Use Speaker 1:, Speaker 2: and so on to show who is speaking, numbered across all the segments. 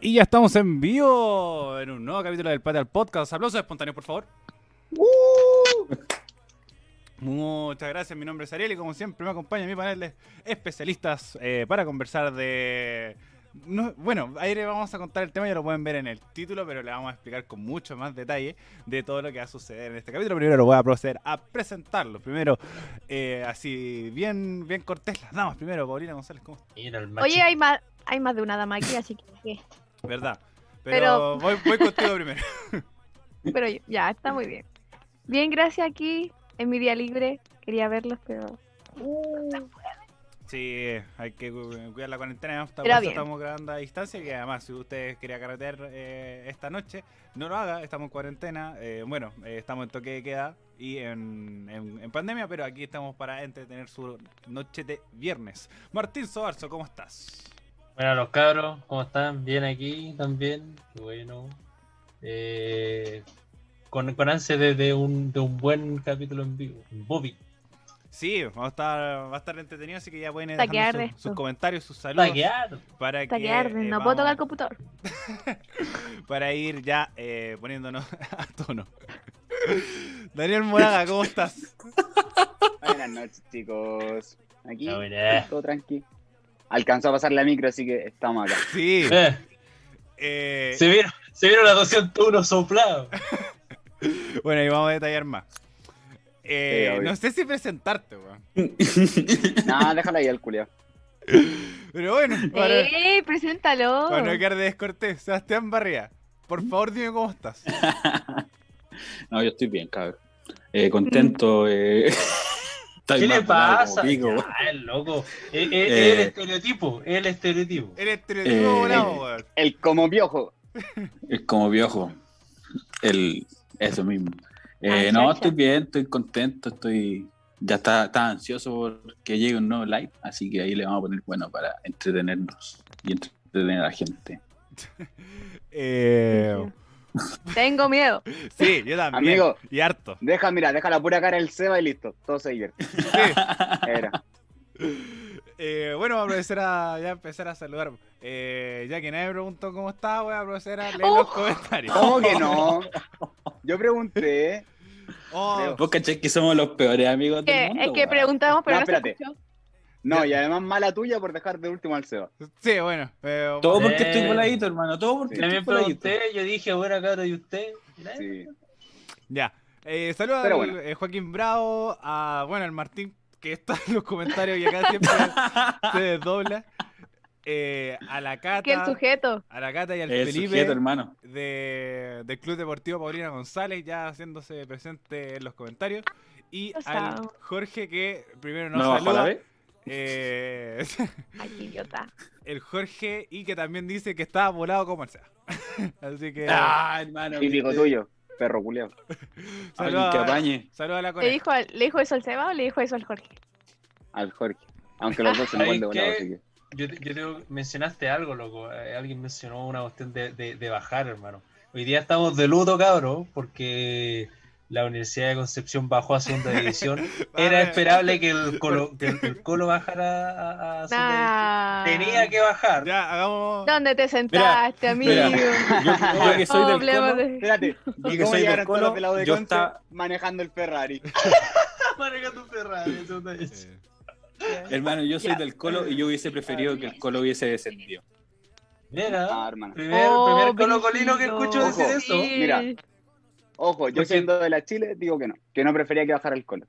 Speaker 1: Y ya estamos en vivo en un nuevo capítulo del Pate al Podcast. Aplausos espontáneos, por favor. Muchas gracias, mi nombre es Ariel y como siempre me acompaña mi panel de especialistas eh, para conversar de... no- bueno, ahí le vamos a contar el tema, ya lo pueden ver en el título, pero le vamos a explicar con mucho más detalle de todo lo que va a suceder en este capítulo. Primero lo voy a proceder a presentarlo. Primero, eh, así bien, bien cortés las damas. Primero, Paulina González, ¿cómo
Speaker 2: Mira el
Speaker 3: Oye,
Speaker 2: macho.
Speaker 3: hay más, hay más de una dama aquí, así que. eh,
Speaker 1: ¿Verdad? Pero,
Speaker 3: Pero-
Speaker 1: Voy, voy contigo primero.
Speaker 3: Pero ya, está muy bien. Bien, gracias aquí. En mi día libre quería verlos, pero.
Speaker 1: Sí, hay que cu- cuidar la cuarentena. Hasta por
Speaker 3: Pero
Speaker 1: eso
Speaker 3: bien.
Speaker 1: estamos grabando a distancia. Y además, si usted quería carretear eh, esta noche, no lo haga. Estamos en cuarentena. eh, bueno, eh, estamos en toque de queda y en, en- en pandemia, pero aquí estamos para entretener su noche de viernes. Martín Sobarzo, ¿cómo estás?
Speaker 2: Bueno, los cabros, ¿cómo están? Bien aquí también. Bueno. eh, con, con ansia de, de un, de un buen capítulo en vivo. Bobby.
Speaker 1: Sí, va a estar, va a estar entretenido, así que ya pueden
Speaker 3: Está que
Speaker 1: dejarnos
Speaker 3: arde
Speaker 1: sus- sus
Speaker 3: esto.
Speaker 1: comentarios, sus saludos.
Speaker 2: Taquear.
Speaker 1: Para
Speaker 3: Está
Speaker 1: que,
Speaker 3: que arde,
Speaker 1: eh,
Speaker 3: no puedo tocar el
Speaker 1: vamos-
Speaker 3: computador.
Speaker 1: para ir ya eh, poniéndonos a tono. Daniel Moraga, ¿cómo estás?
Speaker 4: Buenas noches, chicos. Aquí,
Speaker 2: Ah, buena.
Speaker 4: todo tranqui. Alcanzó a pasar la micro, así que estamos acá.
Speaker 1: Sí.
Speaker 2: Eh,
Speaker 1: eh,
Speaker 2: se, vieron, se vieron las 201 soplados.
Speaker 1: Bueno, ahí vamos a detallar más. Eh,
Speaker 4: Sí, obvio.
Speaker 1: no sé si presentarte, weón.
Speaker 4: Nada, déjala ahí al culiao.
Speaker 1: Pero bueno, para,
Speaker 3: ¡Eh! ¡Preséntalo!
Speaker 1: para no quedar de descortés, Sebastián Barría, por favor dime cómo estás.
Speaker 5: No, yo estoy bien, cabrón. Eh, contento. Eh... Estoy
Speaker 2: ¿Qué le
Speaker 5: más pelado como
Speaker 2: pasa?
Speaker 5: pico, weón.
Speaker 2: Ah, el loco. Es
Speaker 5: Eh.
Speaker 2: el estereotipo. Es el estereotipo.
Speaker 1: Eres estereotipo
Speaker 5: Eh,
Speaker 1: volado, weón.
Speaker 4: El como piojo.
Speaker 5: Es como viejo. El... Eso mismo. Eh,
Speaker 3: Ay,
Speaker 5: no,
Speaker 3: chacha.
Speaker 5: estoy bien, estoy contento, estoy. Ya está, está ansioso por que llegue un nuevo live, así que ahí le vamos a poner bueno para entretenernos y entretener a la gente.
Speaker 1: Eh,
Speaker 3: Tengo miedo.
Speaker 1: sí, yo también.
Speaker 4: Amigo.
Speaker 1: Y harto.
Speaker 4: Deja, mira, deja la pura cara del Seba y listo. Todo se divierte.
Speaker 1: Sí.
Speaker 4: Era.
Speaker 1: Eh, bueno, voy a aprovechar a ya empezar a saludar. Eh, ya que nadie me preguntó cómo está, voy a aprovechar a leer los comentarios.
Speaker 4: ¿Cómo que no? Yo pregunté.
Speaker 1: Oh,
Speaker 5: Vos cachés que somos los peores amigos
Speaker 3: Que-
Speaker 5: del mundo.
Speaker 3: Eh, es que
Speaker 5: weón.
Speaker 3: preguntamos, pero
Speaker 4: No,
Speaker 3: no, se
Speaker 4: espérate.
Speaker 3: escuchó.
Speaker 4: No, y además mala tuya por dejar de último al Seba.
Speaker 1: sí, bueno. eh,
Speaker 5: Todo porque
Speaker 2: Eh.
Speaker 5: estoy voladito, hermano. Todo porque estoy
Speaker 2: También
Speaker 5: voladito.
Speaker 2: pregunté, yo dije, bueno, cabrón, ¿y usted? Mira,
Speaker 5: Eh,
Speaker 4: Sí.
Speaker 1: Ya. Eh, saludos
Speaker 4: Pero
Speaker 1: a
Speaker 4: bueno.
Speaker 1: Joaquín Bravo, a bueno, al Martín, que está en los comentarios y acá siempre se desdobla. Eh, a la
Speaker 3: Que el
Speaker 1: Cata,
Speaker 3: sujeto.
Speaker 1: a la Cata y al
Speaker 5: El
Speaker 1: Felipe
Speaker 5: sujeto, hermano.
Speaker 1: de, del Club Deportivo Paulina González, ya haciéndose presente en los comentarios. Y
Speaker 3: Lo
Speaker 1: al
Speaker 3: sabe.
Speaker 1: Jorge, que primero
Speaker 5: No,
Speaker 1: nos
Speaker 5: bajó la
Speaker 1: saluda.
Speaker 5: vez.
Speaker 1: Eh,
Speaker 3: Ay, qué idiota.
Speaker 1: el Jorge y que también dice que estaba volado como el sea. Así que
Speaker 5: Ah, hermano.
Speaker 4: Típico
Speaker 5: viste.
Speaker 4: tuyo, perro culiao.
Speaker 5: Alguien que
Speaker 1: saluda,
Speaker 5: apañe.
Speaker 1: saluda a la
Speaker 3: ¿Le
Speaker 1: coneja.
Speaker 3: dijo, al- ¿Le dijo eso al Seba o le dijo eso al Jorge?
Speaker 4: Al Jorge. Aunque los dos se me
Speaker 2: ¿Sabes
Speaker 4: van de
Speaker 2: qué?
Speaker 4: volado, así que.
Speaker 2: Yo, te- yo te- mencionaste algo, loco. Eh, Alguien mencionó una cuestión de, de- de bajar, hermano. Hoy día estamos de luto, cabrón, porque la Universidad de Concepción bajó a segunda división. Era
Speaker 1: Ah,
Speaker 2: esperable que el Colo, que el, el Colo bajara a, a- a segunda
Speaker 3: Nah.
Speaker 2: división. Tenía que bajar.
Speaker 1: Ya, hagamos.
Speaker 3: ¿Dónde te sentaste, amigo?
Speaker 5: mira. Yo, yo que soy
Speaker 3: Oh,
Speaker 5: del
Speaker 3: hablemos
Speaker 5: Colo,
Speaker 3: de-
Speaker 4: Espérate, ¿y
Speaker 5: que
Speaker 4: cómo
Speaker 5: soy del
Speaker 4: llegaron todos
Speaker 5: Colo,
Speaker 4: los del lado de
Speaker 5: yo ¿Ah?
Speaker 4: Conce
Speaker 5: estaba-
Speaker 4: manejando el Ferrari?
Speaker 2: Manejando un Ferrari en segunda división.
Speaker 1: Eh,
Speaker 5: hermano, yo soy del Colo y yo hubiese preferido que el Colo hubiese descendido.
Speaker 4: Ah,
Speaker 2: Mira,
Speaker 4: hermano.
Speaker 2: primer,
Speaker 3: Oh,
Speaker 2: primer Colo Colino que
Speaker 3: brígido.
Speaker 2: escucho decir eso.
Speaker 3: Sí.
Speaker 4: mira. Ojo, yo
Speaker 2: Porque-
Speaker 4: siendo de la Chile, digo que no. Que no prefería que bajara el Colo.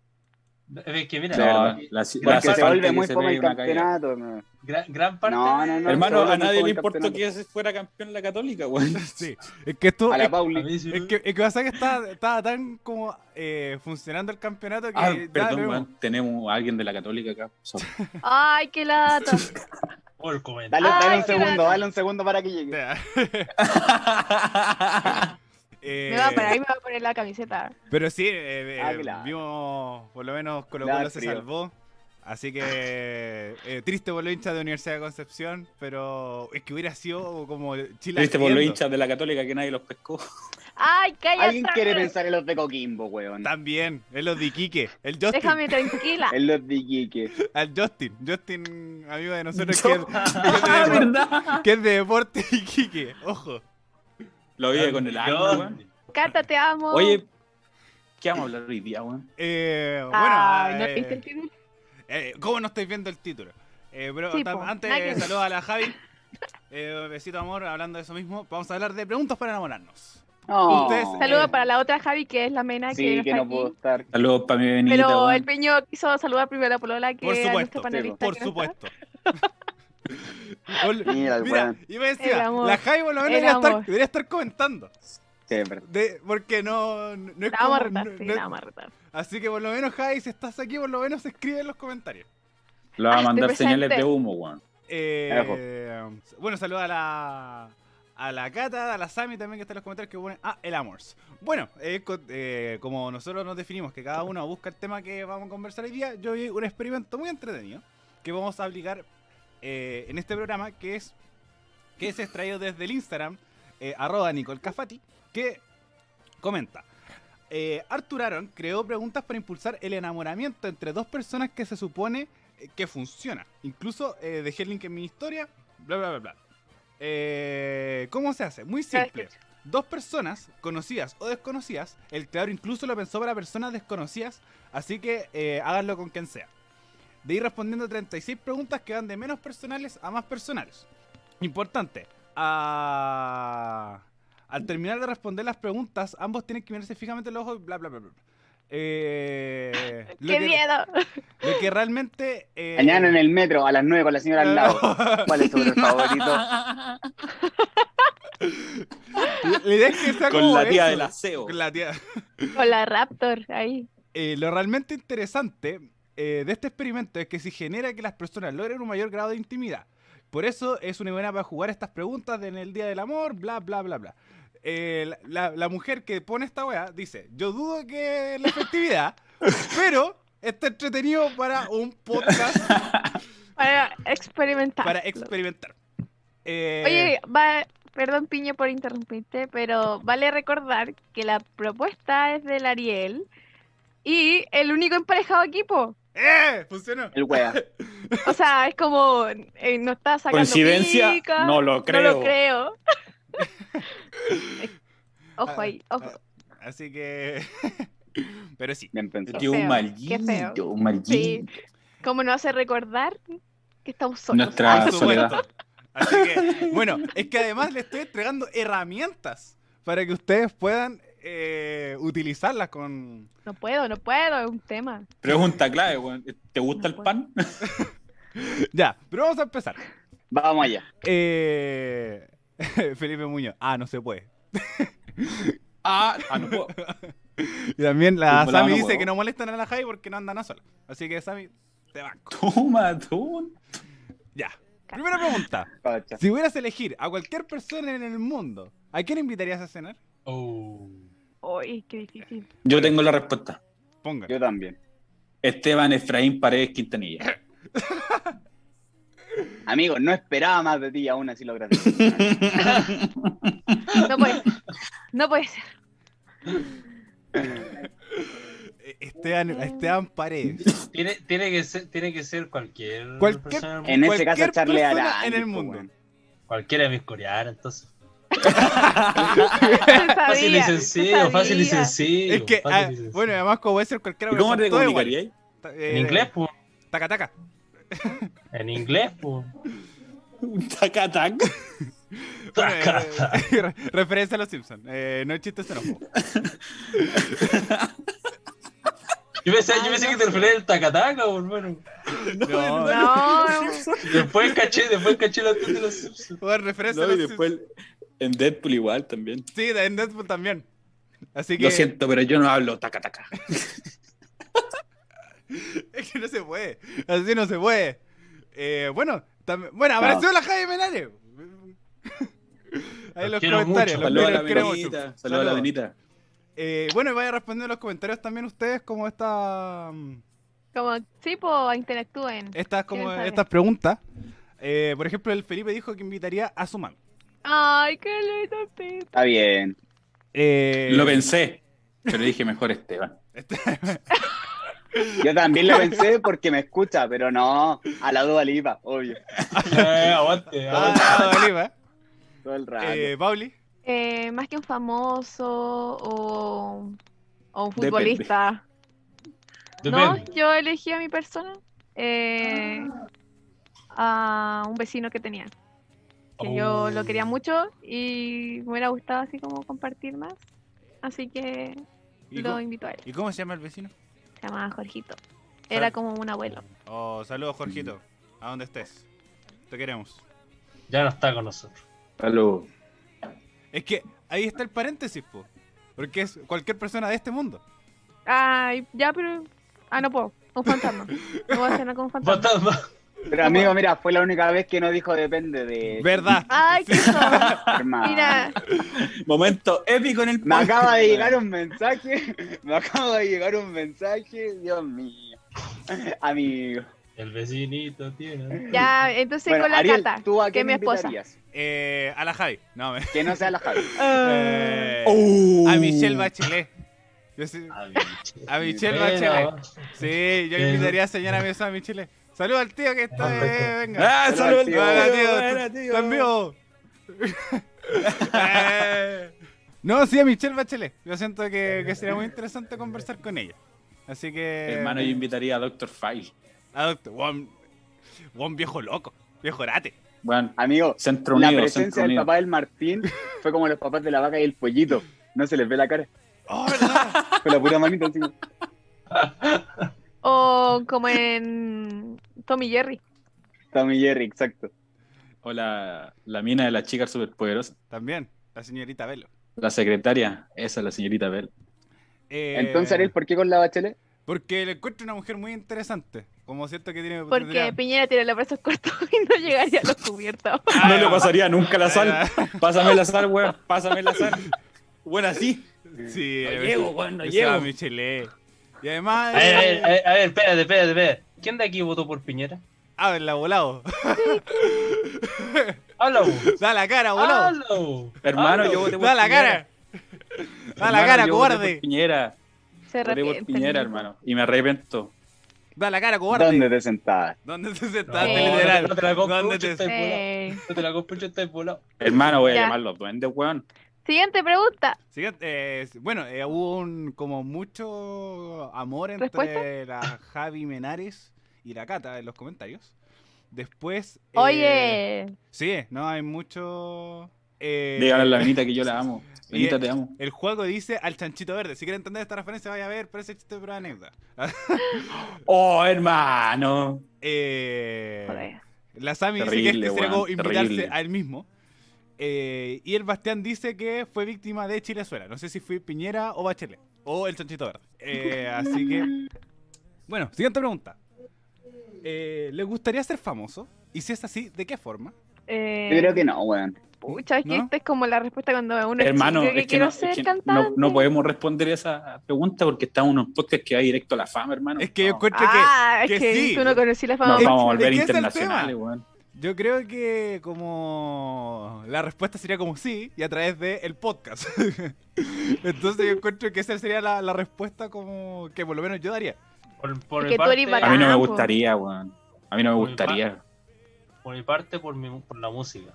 Speaker 2: Es que mira,
Speaker 5: No, la,
Speaker 2: gra-
Speaker 5: la hace
Speaker 4: Porque se
Speaker 5: falta
Speaker 4: vuelve
Speaker 5: que
Speaker 4: muy
Speaker 5: se
Speaker 4: fome
Speaker 5: pegue
Speaker 4: el
Speaker 5: una caída.
Speaker 4: campeonato. no.
Speaker 2: gran, gran parte.
Speaker 4: No, no,
Speaker 2: de-
Speaker 4: no.
Speaker 5: Hermano,
Speaker 4: Se
Speaker 5: a
Speaker 4: vuelve muy
Speaker 5: nadie
Speaker 4: fome
Speaker 5: le
Speaker 4: el
Speaker 5: importó
Speaker 4: campeonato.
Speaker 5: que se fuera campeón la Católica, weón.
Speaker 1: sí. Es que esto.
Speaker 4: A la
Speaker 1: Es,
Speaker 2: A
Speaker 4: Pauli.
Speaker 2: mí sí.
Speaker 1: es que, es que pasa que está- estaba tan como eh, funcionando el campeonato que.
Speaker 5: Ah,
Speaker 1: ya
Speaker 5: perdón,
Speaker 1: lo-
Speaker 5: weón. Tenemos a alguien de la Católica acá. Sorry.
Speaker 3: Ay, qué lata.
Speaker 2: Oh, el comentario.
Speaker 4: Dale, dale
Speaker 3: Ay,
Speaker 4: un
Speaker 3: qué
Speaker 4: segundo,
Speaker 3: lata.
Speaker 4: dale un segundo para que
Speaker 1: O
Speaker 4: llegue.
Speaker 1: sea, eh,
Speaker 3: Me va a parar y me va a poner la camiseta.
Speaker 1: Pero sí, eh, eh,
Speaker 4: Ah, claro.
Speaker 1: vimos, por lo menos Colo
Speaker 4: Da
Speaker 1: Colo se
Speaker 4: frío.
Speaker 1: salvó. Así que eh, triste por los hinchas de Universidad de Concepción, pero es que hubiera sido como Chile.
Speaker 5: Viste por los
Speaker 1: ascendiendo.
Speaker 5: hinchas de la Católica que nadie los pescó.
Speaker 3: Ay, cállate.
Speaker 4: Alguien quiere pensar en los de Coquimbo, weón.
Speaker 1: También, es los de Iquique, el Justin,
Speaker 3: Déjame tranquila.
Speaker 4: En los de Iquique.
Speaker 1: al Justin, Justin, amigo de nosotros que,
Speaker 2: Yo-
Speaker 5: Ah,
Speaker 1: es de-
Speaker 5: ¿verdad?
Speaker 1: que es de deporte Iquique, ojo.
Speaker 5: Lo vive con el agua,
Speaker 2: Yo-
Speaker 5: weón.
Speaker 3: Cata, te amo.
Speaker 5: Oye, ¿qué vamos a hablar hoy día, weón?
Speaker 1: Eh, bueno,
Speaker 3: Ay,
Speaker 1: eh,
Speaker 3: ¿no viste el título?
Speaker 1: Eh, ¿Cómo no estáis viendo el título? Eh, pero
Speaker 3: Sí,
Speaker 1: tam-
Speaker 3: po, nada que
Speaker 1: antes,
Speaker 3: ver.
Speaker 1: saludos a la Javi. Eh, besito, amor, hablando de eso mismo. Vamos a hablar de preguntas para enamorarnos.
Speaker 4: No.
Speaker 1: Ustedes-
Speaker 3: Saludo para la otra Javi, que es la mena que,
Speaker 4: Sí, que
Speaker 3: está
Speaker 4: no
Speaker 3: aquí.
Speaker 4: puedo estar.
Speaker 5: Saludos para mi venida,
Speaker 3: Pero
Speaker 5: weón.
Speaker 3: el Peño quiso saludar primero a la Polola, que
Speaker 1: Por
Speaker 3: era
Speaker 1: supuesto,
Speaker 3: nuestro panelista.
Speaker 1: Por
Speaker 3: que no estaba.
Speaker 1: supuesto. Ol-
Speaker 4: Mira, el
Speaker 1: Mira,
Speaker 4: weón.
Speaker 1: y me
Speaker 3: El
Speaker 1: decía,
Speaker 3: amor.
Speaker 1: la Javi por lo menos
Speaker 3: El
Speaker 1: debería estar,
Speaker 3: amor.
Speaker 1: debería estar comentando.
Speaker 4: Sí, es verdad.
Speaker 1: De- porque no, no es
Speaker 3: La vamos a
Speaker 1: como-
Speaker 3: retar,
Speaker 1: no-
Speaker 3: sí,
Speaker 1: no-
Speaker 3: la vamos a retar.
Speaker 1: Así que por lo menos, Javi, si estás aquí, por lo menos escribe en los comentarios.
Speaker 5: Lo va
Speaker 3: Ah,
Speaker 5: a mandar
Speaker 3: estoy
Speaker 5: señales
Speaker 3: presente.
Speaker 5: de humo, weón.
Speaker 1: Eh, bueno, saludos a la a la Cata, a la Sami también que está en los comentarios que ponen ah, el Amors. Bueno, eh, co- eh, como nosotros nos definimos que cada uno busca el tema que vamos a conversar hoy día, yo vi un experimento muy entretenido que vamos a aplicar eh, en este programa que es que es extraído desde el Instagram eh, arroba Nicole Cafati que comenta eh, Arthur Aron creó preguntas para impulsar el enamoramiento entre dos personas que se supone eh, que funciona. Incluso eh, dejé el link en mi historia, bla, bla, bla, bla. Eh, ¿Cómo se hace? Muy simple. Dos personas, conocidas o desconocidas, el creador incluso lo pensó para personas desconocidas, así que eh, háganlo con quien sea. De ir respondiendo 36 preguntas que van de menos personales a más personales. Importante, a- al terminar de responder las preguntas, ambos tienen que mirarse fijamente los ojos, bla, bla, bla, bla. Eh, lo
Speaker 3: ¡Qué
Speaker 1: que-
Speaker 3: miedo!
Speaker 1: lo que realmente. eh,
Speaker 4: Mañana en el metro a las 9 con la señora al lado.
Speaker 1: La
Speaker 4: ¿Cuál es tu color favorito?
Speaker 1: idea es que sea
Speaker 5: Con
Speaker 1: como
Speaker 5: la tía
Speaker 1: eso.
Speaker 5: del aseo.
Speaker 1: Con la tía.
Speaker 3: Con la Raptor, ahí.
Speaker 1: Eh, lo realmente interesante eh, de este experimento es que si genera que las personas logren un mayor grado de intimidad. Por eso es una buena para jugar estas preguntas de en el Día del Amor, bla, bla, bla, bla. Eh, la- la, la mujer que pone esta weá dice, yo dudo que la efectividad, pero está entretenido para un podcast
Speaker 3: Para experimentar.
Speaker 1: para experimentar. Eh,
Speaker 3: Oye, va, perdón Piño por interrumpirte, pero vale recordar que la propuesta es del Ariel y el único emparejado equipo.
Speaker 1: ¡Eh! Funcionó.
Speaker 4: El wea.
Speaker 3: O sea, es como eh, no está sacando
Speaker 5: ¿Coincidencia?
Speaker 3: pica,
Speaker 5: No lo
Speaker 3: No
Speaker 5: creo.
Speaker 3: lo creo. ojo ahí, ojo.
Speaker 1: Así que. Pero sí.
Speaker 4: Bien pensado.
Speaker 5: Tío,
Speaker 3: feo,
Speaker 5: un
Speaker 3: qué feo.
Speaker 5: maldito, un maldito.
Speaker 3: Como nos hace recordar que estamos solos.
Speaker 5: Nuestra- Ah,
Speaker 1: por supuesto.
Speaker 5: soledad.
Speaker 1: Así que, bueno, es que además le estoy entregando herramientas para que ustedes puedan eh, utilizarlas con.
Speaker 3: No puedo, no puedo, es un tema.
Speaker 5: Pregunta clave, weón. ¿Te gusta el pan?
Speaker 1: Ya, pero vamos a empezar.
Speaker 4: Vamos allá.
Speaker 1: Eh, Felipe Muñoz. Ah, no se puede.
Speaker 5: Ah, ah, no puedo.
Speaker 1: Y también la
Speaker 5: Como la
Speaker 1: Sami
Speaker 5: mano,
Speaker 1: dice
Speaker 5: huevo.
Speaker 1: que no molestan a la Javi porque no andan a sola. Así que, Sami, te banco.
Speaker 5: Toma, tú.
Speaker 1: Ya. Primera pregunta.
Speaker 4: Cacha.
Speaker 1: Si hubieras elegir a cualquier persona en el mundo, ¿a quién invitarías a cenar?
Speaker 2: Oh.
Speaker 3: Uy, qué difícil.
Speaker 5: Yo tengo la respuesta.
Speaker 1: Ponga.
Speaker 4: Yo también.
Speaker 5: Esteban Efraín Paredes Quintanilla.
Speaker 4: Amigo, no esperaba más de ti y aún así lograste.
Speaker 3: No puede ser. No puede ser.
Speaker 1: Eh, Esteban, Esteban Paredes.
Speaker 2: Tiene, tiene, que ser, tiene que ser cualquier,
Speaker 1: Cualquier-
Speaker 2: persona,
Speaker 4: En ese
Speaker 1: Cualquier
Speaker 4: caso, echarle pues, a
Speaker 1: persona
Speaker 4: la.
Speaker 1: en el mundo.
Speaker 2: cualquiera de mis coreanos, entonces.
Speaker 3: Se
Speaker 2: Fácil y
Speaker 3: sabía, se
Speaker 2: sencillo, fácil y
Speaker 3: sabía.
Speaker 2: sencillo.
Speaker 1: Es que, ah,
Speaker 2: fácil y sencillo.
Speaker 1: bueno, además como puede ser cualquiera.
Speaker 5: ¿Y cómo
Speaker 1: son
Speaker 5: te
Speaker 1: todos
Speaker 5: comunicarías? Ah,
Speaker 1: iguales. Ta-
Speaker 2: en
Speaker 1: eh,
Speaker 2: inglés, pues.
Speaker 1: Taca, taca.
Speaker 2: En inglés, pues.
Speaker 5: Un tacatac.
Speaker 1: Bueno, eh, re- referencia a los Simpsons. Eh, no es chiste xenófobo.
Speaker 2: Yo pensé,
Speaker 3: ah,
Speaker 2: yo pensé que te refería al tacataca, pues, hermano.
Speaker 1: No, no.
Speaker 3: No,
Speaker 2: Después caché, después caché la actriz de los Simpsons.
Speaker 1: Bueno, referencia a
Speaker 5: No,
Speaker 1: los
Speaker 5: y después en Deadpool igual también.
Speaker 1: Simpsons. Sí, en Deadpool también. Así que
Speaker 5: Lo siento, pero yo no hablo tacataca.
Speaker 1: es que no se puede. Así no se puede. Eh, bueno, también, bueno, apareció la Javi Menares. Ahí en los
Speaker 2: Los quiero
Speaker 1: comentarios.
Speaker 2: mucho.
Speaker 1: los
Speaker 5: Saludos a la
Speaker 1: quiero- queremos
Speaker 5: Benita.
Speaker 1: mucho.
Speaker 5: Saludos a la
Speaker 1: Saludos.
Speaker 5: Benita.
Speaker 1: Eh, bueno, y vaya respondiendo en los comentarios también ustedes como esta... mm,
Speaker 3: como, sí, pues interactúen.
Speaker 1: estas como
Speaker 3: ¿Quién sabe?
Speaker 1: estas preguntas. Eh, por ejemplo, el Felipe dijo que invitaría a su mami.
Speaker 3: Ay, qué lindo Pip.
Speaker 4: Está bien.
Speaker 1: Eh,
Speaker 5: Lo pensé, pero dije mejor Esteban.
Speaker 4: Yo también lo pensé porque me escucha, pero no, a la duda lipa, obvio.
Speaker 2: Eh, aguante,
Speaker 1: Ah,
Speaker 2: aguante.
Speaker 1: Dua Lipa.
Speaker 4: Todo el rato.
Speaker 1: Eh, Pauli.
Speaker 3: Eh, más que un famoso o, o un
Speaker 5: Depende.
Speaker 3: futbolista.
Speaker 2: Depende.
Speaker 3: No, yo elegí a mi persona. eh, a un vecino que tenía. Que
Speaker 1: Oh.
Speaker 3: yo lo quería mucho y me hubiera gustado así como compartir más. Así que
Speaker 1: ¿Y,
Speaker 3: lo
Speaker 1: cómo-
Speaker 3: invito a él.
Speaker 1: y cómo se llama el vecino?
Speaker 3: Se llamaba Jorgito. Era
Speaker 1: Ah.
Speaker 3: como un abuelo.
Speaker 1: Oh, saludos, Jorgito. A donde estés. Te queremos.
Speaker 2: Ya no está con nosotros.
Speaker 5: Palo,
Speaker 1: Es que ahí está el paréntesis, po. Porque es cualquier persona de este mundo.
Speaker 3: Ay, ya, pero. Ah, no puedo. Un fantasma. No voy a cenar con un fantasma.
Speaker 2: Fantasma.
Speaker 4: Pero amigo, mira, fue la única vez que no dijo depende de
Speaker 1: ¿Verdad?
Speaker 3: Ay, qué son.
Speaker 4: hermano.
Speaker 3: Mira,
Speaker 5: Momento épico en el
Speaker 4: Me acaba de llegar un mensaje, me acaba de llegar un mensaje, Dios mío. Amigo.
Speaker 2: El vecinito tiene.
Speaker 3: ya, entonces
Speaker 4: Bueno,
Speaker 3: con la
Speaker 4: Ariel,
Speaker 3: cata,
Speaker 4: ¿tú a
Speaker 3: que es
Speaker 4: quién
Speaker 3: mi esposa.
Speaker 4: invitarías?
Speaker 1: Eh, a la Javi. No, me...
Speaker 4: Que no sea la Javi.
Speaker 1: eh,
Speaker 5: Oh.
Speaker 1: A Michelle Bachelet. Yo sí-
Speaker 2: Ah, bicho.
Speaker 1: a Michelle Bachelet.
Speaker 2: Bueno,
Speaker 1: Sí, yo
Speaker 2: Pero-
Speaker 1: invitaría a señora mi a Michelle. Saludos al tío que está. eh, venga.
Speaker 5: Ah, salud al
Speaker 4: Hola, tío.
Speaker 5: tío.
Speaker 1: Hola, tío.
Speaker 5: Hola, tío.
Speaker 1: ¡Está en vivo! Eh, No, sí, a Michelle Bachelet. Yo siento que, que sería muy interesante conversar con ella. Así que.
Speaker 5: Hermano,
Speaker 4: Eh,
Speaker 5: yo invitaría a Doctor File.
Speaker 1: Ah, doctor, Juan, Juan viejo loco, viejo rate.
Speaker 5: Bueno,
Speaker 4: Amigo,
Speaker 5: Centro
Speaker 4: la
Speaker 5: Unido, Centro
Speaker 4: presencia del
Speaker 5: Unido.
Speaker 4: papá del Martín fue como los papás de la vaca y el pollito. No se les ve la cara,
Speaker 1: Oh, ¿verdad?
Speaker 4: con la pura manita así.
Speaker 3: O como en Tommy Jerry.
Speaker 4: Tommy Jerry, exacto.
Speaker 1: Eh.
Speaker 5: O la, la mina de la chica superpoderosa.
Speaker 1: También, la señorita Velo.
Speaker 5: La secretaria, esa es la señorita Bell.
Speaker 1: Eh,
Speaker 4: Entonces, Ariel, ¿por qué con la bachelet?
Speaker 1: Porque le encuentro una mujer muy interesante. Como cierto que tiene.
Speaker 3: Porque
Speaker 1: tendría-
Speaker 3: Piñera tiene los brazos cortos y no llegaría a los cubiertos.
Speaker 1: Ah,
Speaker 5: no le
Speaker 1: ya.
Speaker 5: pasaría nunca la
Speaker 1: Ah,
Speaker 5: sal. Pásame la sal, weón. Pásame la sal. Bueno, así.
Speaker 1: Sí,
Speaker 5: No
Speaker 1: eh,
Speaker 5: llego, weón, no
Speaker 1: esa
Speaker 5: llego.
Speaker 1: Michele. Y además. eh,
Speaker 2: A ver, a ver, a ver, a ver, espérate, espérate, espérate. ¿Quién de aquí votó por Piñera?
Speaker 1: Ah, la volado.
Speaker 2: Habla, vos.
Speaker 1: Da la cara, volado.
Speaker 2: Habla, vos.
Speaker 5: Hermano,
Speaker 2: Habla, vos.
Speaker 5: yo voté por
Speaker 1: da la
Speaker 5: Piñera.
Speaker 1: cara. Da la
Speaker 5: Hermano,
Speaker 1: cara,
Speaker 5: yo voté por
Speaker 1: cobarde.
Speaker 5: Piñera.
Speaker 3: Se
Speaker 5: Voté por
Speaker 3: arrepienten.
Speaker 5: Piñera, hermano. Y me arrepiento.
Speaker 1: Da la cara, cobarde.
Speaker 4: ¿Dónde te sentabas?
Speaker 1: ¿Dónde te sentaste,
Speaker 3: No,
Speaker 1: literal?
Speaker 2: no te la compro,
Speaker 1: ¿Dónde te-
Speaker 2: chuta.
Speaker 3: Eh,
Speaker 2: Yo te la compro, yo estoy volado.
Speaker 5: Hermano, voy a
Speaker 3: Ya.
Speaker 5: llamar los duendes, weón.
Speaker 3: Siguiente pregunta.
Speaker 1: Siguiente, eh, bueno, eh, hubo un como mucho amor entre
Speaker 3: ¿Respuesta?
Speaker 1: la Javi Menares y la Cata en los comentarios. Después. eh,
Speaker 3: Oye,
Speaker 1: Sí, no, hay mucho. eh,
Speaker 5: Dígale a la Benita que yo la amo. Benita,
Speaker 1: y-
Speaker 5: te amo.
Speaker 1: El juego dice al chanchito verde. Si quieren entender esta referencia, vaya a ver, parece chiste pero anécdota.
Speaker 5: Oh, hermano.
Speaker 1: Eh,
Speaker 3: joder.
Speaker 1: la Sami dice que
Speaker 5: Terrible,
Speaker 1: este sería
Speaker 5: weón,
Speaker 1: como invitarse
Speaker 5: terrible.
Speaker 1: a él mismo. Eh, y el Bastián dice que fue víctima de Chilezuela. No sé si fue Piñera o Bachelet. O el Chanchito Verde. Eh, así que. Bueno, siguiente pregunta. Eh, ¿Le gustaría ser famoso? Y si es así, ¿de qué forma?
Speaker 3: Eh,
Speaker 4: Yo creo que no, weón.
Speaker 3: Pucha, es que
Speaker 1: ¿No?
Speaker 3: esta es como la respuesta cuando uno es
Speaker 5: Hermano,
Speaker 3: chico,
Speaker 5: es
Speaker 3: que
Speaker 5: que,
Speaker 3: quiero
Speaker 5: no, es
Speaker 3: ser
Speaker 5: que no-
Speaker 3: cantante.
Speaker 5: no podemos responder esa pregunta porque estamos en un podcast que va directo a la fama, hermano.
Speaker 1: Es que yo
Speaker 5: No.
Speaker 1: encuentro
Speaker 3: ah,
Speaker 1: que
Speaker 3: es que
Speaker 1: sí.
Speaker 3: tú no conocí la fama.
Speaker 5: Nos
Speaker 1: Es-
Speaker 5: vamos a
Speaker 1: ¿de
Speaker 5: volver
Speaker 1: qué es el
Speaker 5: internacionales,
Speaker 1: tema?
Speaker 5: weón.
Speaker 1: Yo creo que como la respuesta sería como sí y a través del el podcast. Entonces yo encuentro que esa sería la, la respuesta como que por lo menos yo daría.
Speaker 2: Por, por
Speaker 3: Es
Speaker 2: mi
Speaker 3: que tú
Speaker 2: parte,
Speaker 3: eres
Speaker 5: A mí no me
Speaker 3: Campo.
Speaker 5: gustaría, weón. A mí no me
Speaker 2: Muy
Speaker 5: gustaría.
Speaker 2: por mi parte, por, mi- por la música.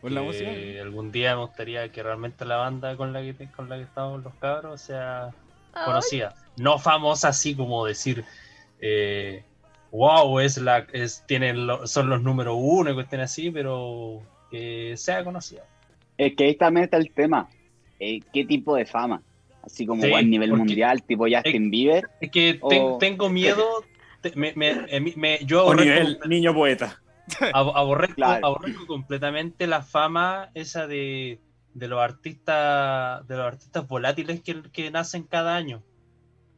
Speaker 1: Por la
Speaker 2: Que
Speaker 1: música.
Speaker 2: Algún día me gustaría que realmente la banda con la que, te- con la que estamos los cabros sea
Speaker 3: Ay,
Speaker 2: conocida. No famosa así como decir, eh, wow, es la, es, tienen lo- son los número uno y cuestiones así, pero que sea conocida.
Speaker 4: Es que ahí también está el tema. Eh, ¿Qué tipo de fama? Así como
Speaker 2: Sí,
Speaker 4: a nivel
Speaker 2: porque-
Speaker 4: mundial, tipo Justin Bieber.
Speaker 2: Es que ten-
Speaker 4: O-
Speaker 2: tengo miedo, te- me, me, eh, mi- me- yo
Speaker 5: Oh. O
Speaker 2: aborrezco,
Speaker 5: nivel niño poeta.
Speaker 2: ab- aborrezco-
Speaker 4: Claro.
Speaker 2: aborrezco completamente la fama esa de, de los artistas de los artistas volátiles que, que nacen cada año.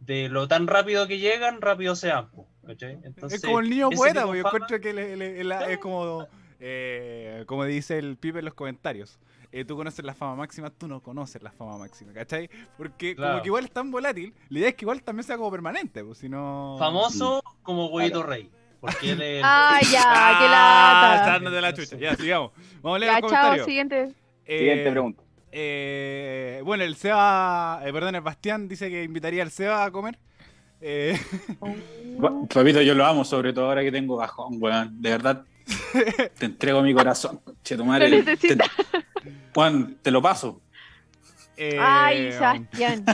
Speaker 2: De lo tan rápido que llegan, rápido se van. po, ¿cachai? Entonces,
Speaker 1: es como el niño
Speaker 2: ese
Speaker 1: poeta,
Speaker 2: tipo
Speaker 1: porque
Speaker 2: de
Speaker 1: yo
Speaker 2: fama-
Speaker 1: encuentro que le- le- la- es como, eh, como dice el pibe en los comentarios. eh, tú conoces la fama máxima, tú no conoces la fama máxima, ¿cachai? Porque como
Speaker 2: Claro.
Speaker 1: que igual es tan volátil, la idea es que igual también sea como permanente, pues si no...
Speaker 2: famoso como Huevito Rey. Porque él es-
Speaker 3: Ay, ya, qué
Speaker 1: Ah,
Speaker 3: lata.
Speaker 1: sándate la chucha, ya, sigamos. Vamos a leer
Speaker 3: Ya,
Speaker 1: el
Speaker 3: chao,
Speaker 1: comentario.
Speaker 3: siguiente.
Speaker 1: Eh,
Speaker 4: Siguiente pregunta.
Speaker 1: Eh, bueno, el Seba, eh, perdón, el Bastián dice que invitaría al Seba a comer. Eh,
Speaker 5: Bueno, Fabito, yo lo amo, sobre todo ahora que tengo bajón, weón. De verdad, te entrego mi corazón. Che, tu madre.
Speaker 3: Lo necesita.
Speaker 5: Te, Juan, te lo paso.
Speaker 1: eh,
Speaker 3: Ay, Sebastián.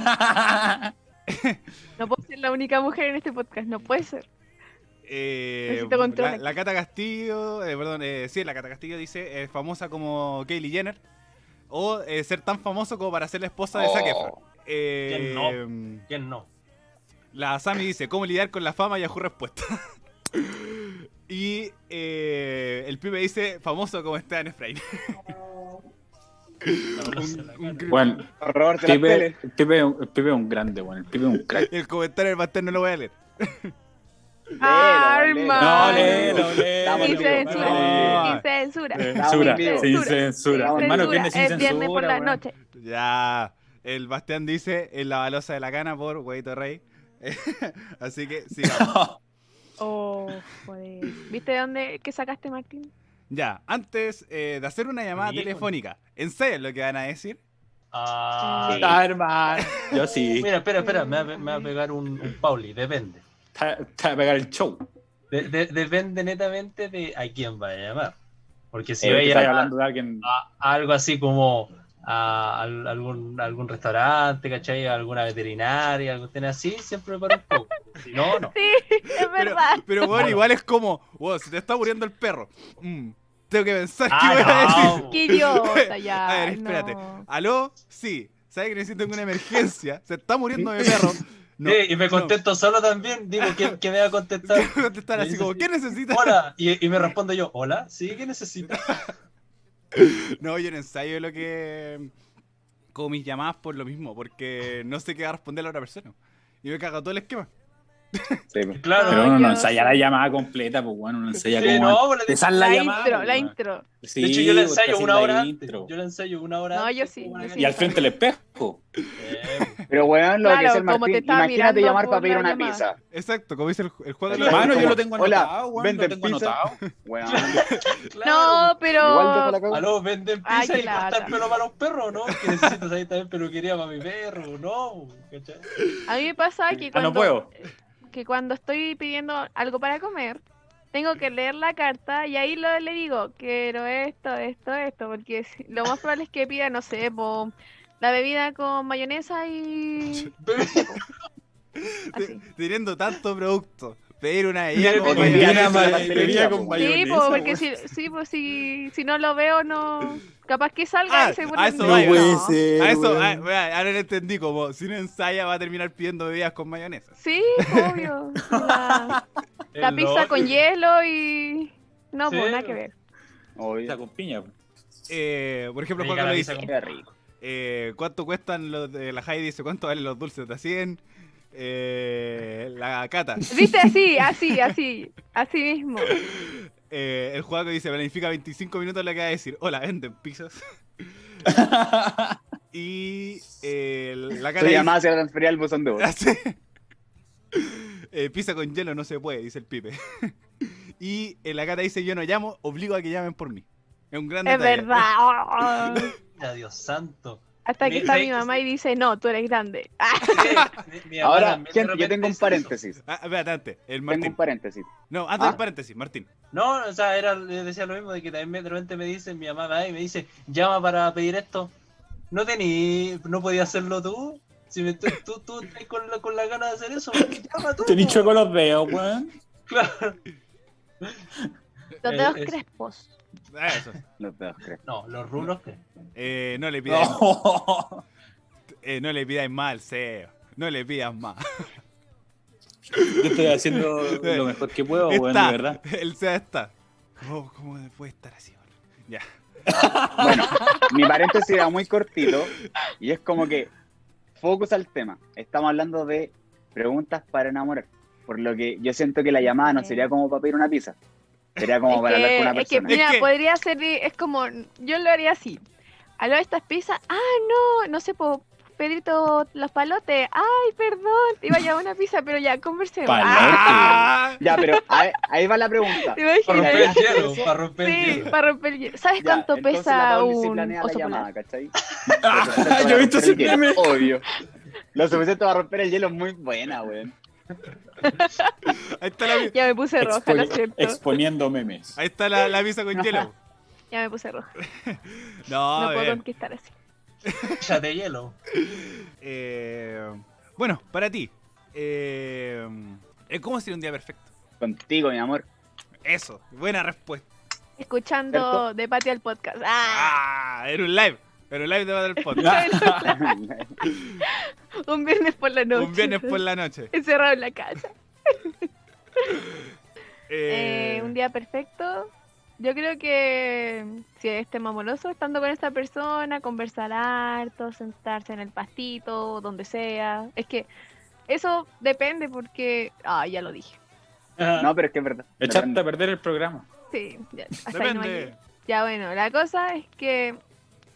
Speaker 3: No puedo ser la única mujer en este podcast, no puede ser.
Speaker 1: eh,
Speaker 3: Necesito control
Speaker 1: la,
Speaker 3: aquí.
Speaker 1: la Cata Castillo, eh, perdón, eh, sí, la Cata Castillo dice, eh, famosa como Kylie Jenner, o eh, ser tan famoso como para ser la esposa de Zac Efron.
Speaker 5: Oh,
Speaker 1: Eh,
Speaker 2: ¿Quién no?
Speaker 1: La Sami dice, ¿cómo lidiar con la fama? Y Ajú respuesta. y eh, el pibe dice, famoso como está en Efraín.
Speaker 2: La conoce la cara.
Speaker 5: Bueno,
Speaker 4: Horror de la
Speaker 5: Pipe,
Speaker 4: tele.
Speaker 5: el pipe, es un- el pibe es un grande, weón. El pipe es un crack.
Speaker 1: El comentario del Bastel no lo voy a leer.
Speaker 3: Arma.
Speaker 5: No, léelo,
Speaker 4: Estamos
Speaker 3: Sin
Speaker 4: en vivo.
Speaker 5: léelo.
Speaker 3: censura,
Speaker 1: no.
Speaker 3: sin censura.
Speaker 5: Censura,
Speaker 4: Estamos
Speaker 5: sin
Speaker 3: en vivo.
Speaker 5: censura.
Speaker 4: Estamos en
Speaker 5: Hermano,
Speaker 4: vivo.
Speaker 5: ¿quién es sin
Speaker 3: es viernes
Speaker 5: censura?
Speaker 3: por la
Speaker 5: weón?
Speaker 3: noche.
Speaker 1: Ya. El Bastián dice, en la balosa de la cana por Huevito Rey. Así que sigamos.
Speaker 3: Oh, joder. ¿Viste de dónde que sacaste, Martín?
Speaker 1: ya, antes eh, de hacer una llamada
Speaker 2: Mierda.
Speaker 1: telefónica, ¿ensayan lo que van a decir?
Speaker 2: Ah,
Speaker 3: Sí.
Speaker 5: Ah, hermano. Yo sí.
Speaker 2: Mira, espera, espera, me va, a- me va a pegar un, un Pauli, depende.
Speaker 5: Está está a pegar el show.
Speaker 2: De- de- depende netamente de a quién va a llamar. Porque si
Speaker 5: Eh,
Speaker 2: va a
Speaker 5: que estáis
Speaker 2: llamar
Speaker 5: hablando de alguien.
Speaker 2: a- a algo así como a, al- algún, algún restaurante, ¿cachai? A alguna veterinaria, algo así, siempre me paro un poco. Si no, no.
Speaker 3: Sí, es
Speaker 1: Pero,
Speaker 3: verdad.
Speaker 1: pero bueno, igual es como, wow, se te está muriendo el perro. Mm, tengo que pensar
Speaker 2: Ah,
Speaker 1: qué voy a decir.
Speaker 2: no.
Speaker 3: Qué idiota ya.
Speaker 1: A ver, espérate.
Speaker 3: no.
Speaker 1: ¿Aló? Sí. ¿Sabes que necesito una emergencia? Se está muriendo mi perro. No.
Speaker 2: Sí, y me
Speaker 1: no.
Speaker 2: contesto solo también, digo, ¿quién, quién me va a contestar?
Speaker 1: Quiero contestar así como, ¿qué necesitas?
Speaker 2: Hola, y, y me respondo yo, hola, sí, ¿qué necesitas?
Speaker 1: No, yo no ensayo lo que. Como mis llamadas por lo mismo, porque no sé qué va a responder la otra persona. Y me cago todo el esquema.
Speaker 5: Sí,
Speaker 2: Claro,
Speaker 5: Pero
Speaker 3: Ay,
Speaker 5: uno no
Speaker 3: yo
Speaker 5: ensaya
Speaker 3: sí.
Speaker 5: la llamada completa, pues bueno, uno ensaya
Speaker 2: Sí,
Speaker 5: como
Speaker 2: no, pero-
Speaker 5: empezar la,
Speaker 3: La
Speaker 5: llamada.
Speaker 3: intro,
Speaker 5: pues,
Speaker 3: la
Speaker 5: weón.
Speaker 3: intro.
Speaker 5: Sí,
Speaker 2: de hecho, yo la
Speaker 5: pues,
Speaker 2: ensayo
Speaker 5: así
Speaker 2: una
Speaker 5: la
Speaker 2: hora
Speaker 5: intro.
Speaker 2: antes. Yo la ensayo una hora
Speaker 3: No,
Speaker 2: antes,
Speaker 3: yo sí,
Speaker 2: como
Speaker 3: yo
Speaker 2: una
Speaker 3: sí.
Speaker 5: Y al
Speaker 2: gallina.
Speaker 5: frente el espejo.
Speaker 2: Eh,
Speaker 4: Pero weón, lo
Speaker 3: Claro,
Speaker 4: que es el
Speaker 3: como te
Speaker 4: Martín.
Speaker 3: estaba
Speaker 4: Imagínate
Speaker 3: mirando
Speaker 4: llamar
Speaker 3: por
Speaker 4: para pedir
Speaker 3: la
Speaker 4: una
Speaker 3: llamada.
Speaker 4: pizza.
Speaker 1: Exacto, como dice el, el juego de la
Speaker 4: Hermano,
Speaker 5: Hermano,
Speaker 1: Como-
Speaker 5: yo lo tengo
Speaker 4: Hola,
Speaker 5: anotado, weón,
Speaker 4: ¿venden
Speaker 5: lo tengo
Speaker 4: pizza?
Speaker 5: anotado.
Speaker 4: Weón.
Speaker 2: pues, claro.
Speaker 3: No, pero.
Speaker 4: Igual yo te la cago.
Speaker 2: Aló, venden pizza
Speaker 3: Ay, qué
Speaker 2: y cortar
Speaker 3: lata.
Speaker 2: pelo para los perros, ¿no? Que necesitas ahí también peluquería para mi perro, ¿no? ¿Cachai?
Speaker 3: A mí me pasa que
Speaker 5: Ah,
Speaker 3: cuando,
Speaker 5: no puedo.
Speaker 3: que cuando estoy pidiendo algo para comer, tengo que leer la carta y ahí lo, le digo, quiero esto, esto, esto, porque si- lo más probable es que pida, no sé, po, la bebida con mayonesa y así.
Speaker 1: te- Teniendo tanto producto, pedir una bebida
Speaker 2: Mira,
Speaker 1: con
Speaker 4: mira,
Speaker 1: mayonesa,
Speaker 4: mira,
Speaker 1: la
Speaker 4: mira,
Speaker 1: pastelería
Speaker 4: mira,
Speaker 1: con
Speaker 4: mira,
Speaker 3: Sí,
Speaker 1: mayonesa,
Speaker 3: po, porque
Speaker 1: weón.
Speaker 3: si, sí, po, si, si no lo veo, no capaz que salga
Speaker 1: Ah,
Speaker 3: y se
Speaker 1: a
Speaker 3: pone
Speaker 1: eso
Speaker 3: no,
Speaker 1: voy,
Speaker 3: no.
Speaker 1: puede A eso, ah, weón, ahora lo entendí, como si no ensaya va a terminar pidiendo bebidas con mayonesa.
Speaker 3: Sí, obvio. La, la
Speaker 2: El
Speaker 3: pizza
Speaker 2: otro.
Speaker 3: con hielo y... No,
Speaker 2: Sí.
Speaker 3: po, nada que ver.
Speaker 5: Pizza
Speaker 4: Obvio.
Speaker 5: con piña. pues.
Speaker 1: Eh, por ejemplo,
Speaker 2: Rica
Speaker 1: Juan
Speaker 2: la
Speaker 1: lo
Speaker 2: pizza
Speaker 1: dice,
Speaker 2: con-
Speaker 4: Qué rico.
Speaker 1: Eh, ¿Cuánto cuestan los de la Heidi? Dice, ¿cuánto valen los dulces de a 100? Eh, la Cata.
Speaker 3: Viste, así, así, así, así mismo.
Speaker 1: Eh, el jugador que dice, planifica 25 minutos lo que va a decir. Hola, venden pizzas. y eh, la
Speaker 4: Tu
Speaker 1: Cata dice, "Ah,
Speaker 4: llamada se la transfería al buzón de voz.
Speaker 1: Eh, pizza con hielo no se puede, dice el pipe. y eh, la Cata dice, yo no llamo, obligo a que llamen por mí. Es un gran
Speaker 3: Es
Speaker 1: detalle.
Speaker 3: verdad. oh, oh.
Speaker 2: Ya, Dios santo.
Speaker 3: Hasta que
Speaker 2: Me-
Speaker 3: está
Speaker 2: me-
Speaker 3: mi mamá y dice, no, tú eres grande. Ah,
Speaker 2: Sí, mi- mi hermana
Speaker 4: Ahora,
Speaker 2: también de
Speaker 4: gente, yo
Speaker 2: repente
Speaker 4: tengo un
Speaker 2: dice
Speaker 4: paréntesis.
Speaker 1: Ah, espérate, antes, el
Speaker 4: Tengo un
Speaker 1: Martín.
Speaker 4: paréntesis.
Speaker 1: No, antes del
Speaker 4: Ah.
Speaker 1: paréntesis, Martín.
Speaker 2: eso. No, o sea, era, le decía lo mismo de que también me- de repente me dice mi mamá va y me dice, llama para pedir esto. No tení, no podías hacerlo tú. Si me, tú, tú, tú estás con, la- con la gana de hacer eso, pues, llama tú.
Speaker 5: Te he dicho
Speaker 2: po.
Speaker 5: con los dedos, weón.
Speaker 2: Claro.
Speaker 3: Los
Speaker 2: Eh,
Speaker 3: dedos
Speaker 2: es-
Speaker 3: crespos.
Speaker 1: Ah, eso.
Speaker 4: No te lo creo.
Speaker 2: No, los rulos que.
Speaker 1: Eh, no le pidáis
Speaker 5: No.
Speaker 1: Eh, no le pidáis más al CEO. No le pidas más.
Speaker 5: Yo estoy haciendo lo mejor que puedo, weón, de
Speaker 1: está.
Speaker 5: verdad.
Speaker 1: El CEO está. Oh, ¿Cómo puede estar así, boludo? Ya.
Speaker 4: Bueno, mi paréntesis era muy cortito y es como que focus al tema. Estamos hablando de preguntas para enamorar. Por lo que yo siento que la llamada no sería como para pedir una pizza. Sería como
Speaker 3: es,
Speaker 4: para hablar
Speaker 3: que,
Speaker 4: con una
Speaker 3: es que,
Speaker 4: persona.
Speaker 1: Es
Speaker 3: mira,
Speaker 1: que-
Speaker 3: podría ser, es como, yo lo haría así. Aló, estas pizzas, ah, no, no sé, po, Pedrito, los palotes. Ay, perdón, te iba a llevar una pizza, pero ya conversemos.
Speaker 5: Palo-
Speaker 3: Ah,
Speaker 1: ¡Ah!
Speaker 4: Ya, pero ahí, ahí va la pregunta.
Speaker 3: ¿Te
Speaker 2: Para romper el
Speaker 3: imaginas?
Speaker 2: hielo, para romper el
Speaker 3: Sí,
Speaker 2: hielo.
Speaker 3: para romper el hielo. ¿Sabes
Speaker 4: Ya,
Speaker 3: cuánto
Speaker 4: entonces la
Speaker 3: pesa
Speaker 4: Pauli sí
Speaker 3: un
Speaker 4: planea la
Speaker 3: oso
Speaker 4: llamada,
Speaker 3: polar?
Speaker 4: ¿cachai?
Speaker 5: Ah, yo he visto ese meme.
Speaker 4: Obvio. Lo suficiente para romper el hielo es muy buena, weón.
Speaker 1: Ahí está la,
Speaker 3: Ya me puse roja, lo
Speaker 5: Expo-
Speaker 3: siento.
Speaker 5: exponiendo memes.
Speaker 1: ahí está la, la pizza con hielo.
Speaker 3: Ya me puse roja.
Speaker 1: No,
Speaker 3: No
Speaker 1: a
Speaker 3: puedo
Speaker 1: ver.
Speaker 3: conquistar así.
Speaker 2: Chate de hielo.
Speaker 1: Eh, bueno, para ti. eh, ¿Cómo sería un día perfecto?
Speaker 4: Contigo, mi amor.
Speaker 1: Eso, buena respuesta.
Speaker 3: Escuchando de patio al podcast. ¡Ah!
Speaker 1: Ah, era un live. Era un live de Battle Podcast.
Speaker 5: Ah,
Speaker 3: Un viernes por la noche.
Speaker 1: un viernes por la noche.
Speaker 3: Encerrado en la casa.
Speaker 1: Eh,
Speaker 3: Eh, un día perfecto. Yo creo que si es tema amoroso, estando con esta persona, conversar harto, sentarse en el pastito, donde sea. Es que eso depende porque... Ah, ya lo dije.
Speaker 5: Ah.
Speaker 4: No, pero es que es verdad.
Speaker 5: Echaste a perder el programa.
Speaker 3: Sí, ya, hasta ahí no hay...
Speaker 1: Depende.
Speaker 3: Ya bueno, la cosa es que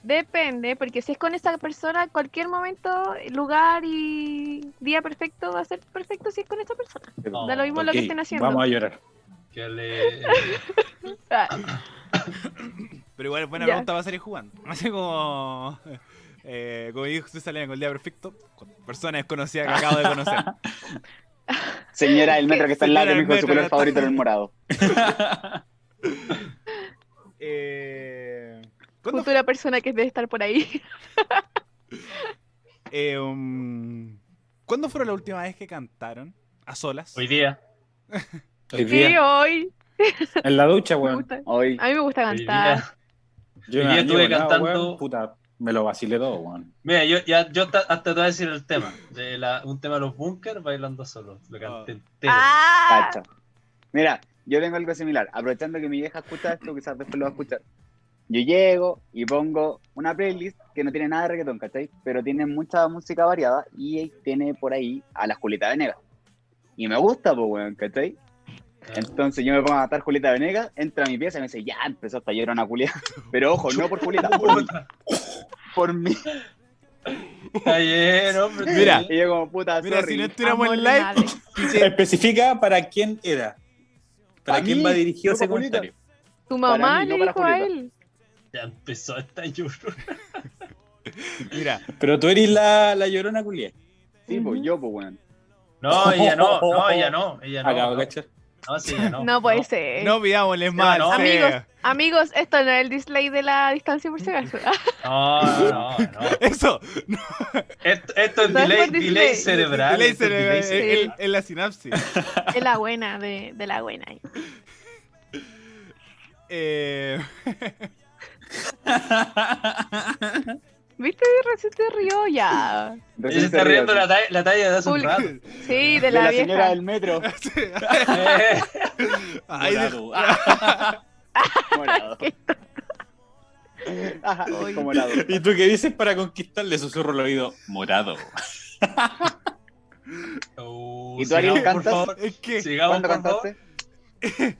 Speaker 3: depende, porque si es con esa persona, cualquier momento, lugar y día perfecto va a ser perfecto si es con esa persona.
Speaker 2: No.
Speaker 3: da lo mismo lo que
Speaker 5: Ok,
Speaker 3: estén haciendo.
Speaker 5: Vamos a llorar.
Speaker 2: Que le-
Speaker 3: Ah,
Speaker 1: Pero igual es buena
Speaker 3: Ya.
Speaker 1: pregunta para salir jugando. Así como. Eh, como dijo Jesús Salena con el día perfecto, con persona desconocida que acabo de conocer.
Speaker 4: Señora del metro que está al lado que
Speaker 1: Señora
Speaker 4: me
Speaker 1: del
Speaker 4: dijo su
Speaker 1: metro, ya
Speaker 4: color favorito
Speaker 1: está.
Speaker 4: era el morado.
Speaker 1: Eh, ¿Cuándo
Speaker 3: futura persona que debe estar por ahí.
Speaker 1: Eh, um, ¿Cuándo fueron la última vez que cantaron? ¿A solas?
Speaker 2: Hoy día.
Speaker 5: Hoy
Speaker 3: Sí,
Speaker 5: día,
Speaker 3: hoy.
Speaker 5: en la ducha,
Speaker 3: me
Speaker 5: weón.
Speaker 3: gusta.
Speaker 4: Hoy.
Speaker 3: A mí me gusta
Speaker 2: Hoy
Speaker 3: cantar.
Speaker 2: día.
Speaker 5: Yo
Speaker 2: Hoy
Speaker 5: me
Speaker 2: día
Speaker 5: bañé
Speaker 2: estuve
Speaker 5: volado,
Speaker 2: cantando-
Speaker 5: weón. Puta, me lo vacilé todo, weón.
Speaker 2: Mira, yo, ya, yo hasta, hasta te voy a decir el tema. De la- un tema de los bunkers bailando solo. Lo canté entero.
Speaker 3: ¡Ah!
Speaker 4: Cacha. Mira, yo tengo algo similar. Aprovechando que mi vieja escucha esto, quizás después lo va a escuchar. Yo llego y pongo una playlist que no tiene nada de reggaetón, ¿cachai? Pero tiene mucha música variada y tiene por ahí a la Julieta Venegas. Y me gusta, pues, weón, ¿cachai?
Speaker 2: Ah.
Speaker 4: Entonces yo me pongo a matar Julieta Venegas, entra a mi pieza y me dice, ya empezó esta llorona Julieta. Pero ojo, no por Julieta, por mí.
Speaker 3: Ah.
Speaker 4: Por mí.
Speaker 2: Está bien, Ah, hombre.
Speaker 1: Mira.
Speaker 2: sí.
Speaker 4: Y yo como, puta,
Speaker 1: Mira,
Speaker 4: sorry.
Speaker 1: si no estuviéramos
Speaker 3: Amor
Speaker 1: en
Speaker 3: de
Speaker 1: live,
Speaker 3: madre.
Speaker 1: piche-
Speaker 5: Especifica para quién era. ¿Para
Speaker 4: Pa'
Speaker 5: quién
Speaker 4: mí,
Speaker 5: va dirigido
Speaker 4: no
Speaker 5: ese
Speaker 4: pa' Julieta.
Speaker 5: comentario?
Speaker 3: Tu
Speaker 4: Para
Speaker 3: mamá
Speaker 4: mí, no
Speaker 3: le
Speaker 4: para
Speaker 3: dijo a
Speaker 4: Julieta.
Speaker 3: él.
Speaker 2: Ya empezó este esta llorona.
Speaker 1: mira,
Speaker 5: Pero tú eres la, la llorona culia.
Speaker 4: Sí, pues yo, pues, weón.
Speaker 2: No, ella no, no, ella no, ella no.
Speaker 5: Acabo de
Speaker 2: no,
Speaker 5: cachar.
Speaker 2: no, sí, ella no.
Speaker 3: No puede ser.
Speaker 1: no pidámosles más.
Speaker 2: no.
Speaker 1: eh.
Speaker 3: Amigos, esto no es el display de la distancia por si acaso. Ah,
Speaker 2: No, no, no. no.
Speaker 1: Eso,
Speaker 2: Esto, esto es
Speaker 3: No es
Speaker 2: delay,
Speaker 3: por display.
Speaker 2: delay cerebral.
Speaker 1: le
Speaker 2: esto es
Speaker 1: dicen
Speaker 2: delay
Speaker 4: eh,
Speaker 1: en,
Speaker 2: cerebral.
Speaker 1: en- en la sinapsis.
Speaker 3: Es la buena de, de la buena.
Speaker 1: Eh,
Speaker 3: ¿Viste? Recién se rió ya.
Speaker 2: Ella
Speaker 4: eh,
Speaker 2: se está riendo la, talla- la talla de hace un
Speaker 3: Pul-
Speaker 2: rato.
Speaker 3: Sí, de
Speaker 4: de la,
Speaker 3: la,
Speaker 4: señora
Speaker 3: vieja.
Speaker 4: del metro.
Speaker 2: Eh,
Speaker 1: ay, de-
Speaker 5: Morado. Ah,
Speaker 4: Morado. Ajá,
Speaker 3: Ay.
Speaker 4: como morado.
Speaker 5: ¿Y tú qué dices para conquistarle? Susurro al oído. Morado.
Speaker 2: oh,
Speaker 4: ¿Y tú, Ariel,
Speaker 2: sigamos, por
Speaker 4: cantas?
Speaker 2: favor.
Speaker 1: es que,
Speaker 2: Sigamos,
Speaker 4: ¿Cuándo
Speaker 2: por favor.
Speaker 4: cantaste?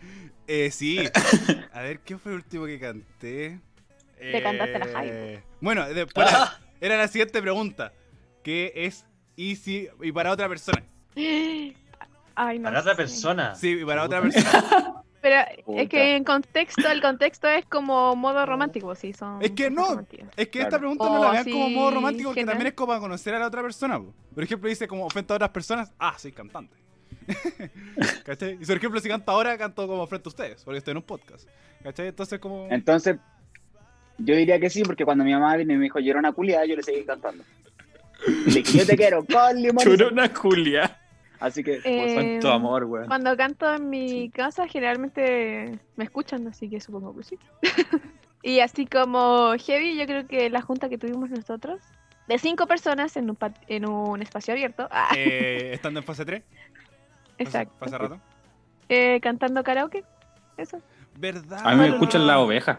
Speaker 1: eh, sí. A ver, ¿qué fue el último que canté?
Speaker 3: Le cantaste a la
Speaker 1: Eh, Bueno, de- para-
Speaker 3: Ah,
Speaker 1: era la siguiente pregunta, que es, ¿y si, y para otra persona?
Speaker 3: Ay, no.
Speaker 2: Para otra
Speaker 3: sé.
Speaker 2: persona.
Speaker 1: Sí, y para otra
Speaker 2: Puta.
Speaker 1: persona.
Speaker 3: Pero
Speaker 4: Puta.
Speaker 3: es que en contexto, el contexto es como modo romántico, sí. Son
Speaker 1: Es que
Speaker 3: cosas
Speaker 1: no.
Speaker 3: románticas.
Speaker 1: Es que
Speaker 4: Claro.
Speaker 1: esta pregunta no la
Speaker 3: O
Speaker 1: vean como
Speaker 3: así,
Speaker 1: modo romántico, porque
Speaker 3: general.
Speaker 1: también es como para conocer a la otra persona. po. Por ejemplo, dice como ofrenta a otras personas, ah, soy cantante. ¿Cachai? Y por ejemplo, si canto ahora, canto como frente a ustedes, porque estoy en un podcast. ¿Cachai? Entonces, como.
Speaker 4: Entonces, yo diría que sí, porque cuando mi mamá vino y me dijo, yo era una culiada, yo le seguí cantando. Le dije, yo te quiero con limón.
Speaker 5: Llorona culia.
Speaker 4: Así que,
Speaker 3: Eh,
Speaker 5: Cuánto amor, weón.
Speaker 3: Cuando canto en mi casa, generalmente me escuchan, así que supongo que sí. y así como Heavy, yo creo que la junta que tuvimos nosotros, de cinco personas en un, pat- en un espacio abierto, ah,
Speaker 1: eh, estando en fase 3,
Speaker 3: exacto,
Speaker 1: Pasa, rato.
Speaker 3: eh, cantando karaoke, eso.
Speaker 1: ¿Verdad?
Speaker 5: A mí me
Speaker 3: Bueno,
Speaker 5: escuchan
Speaker 3: no.
Speaker 5: las ovejas.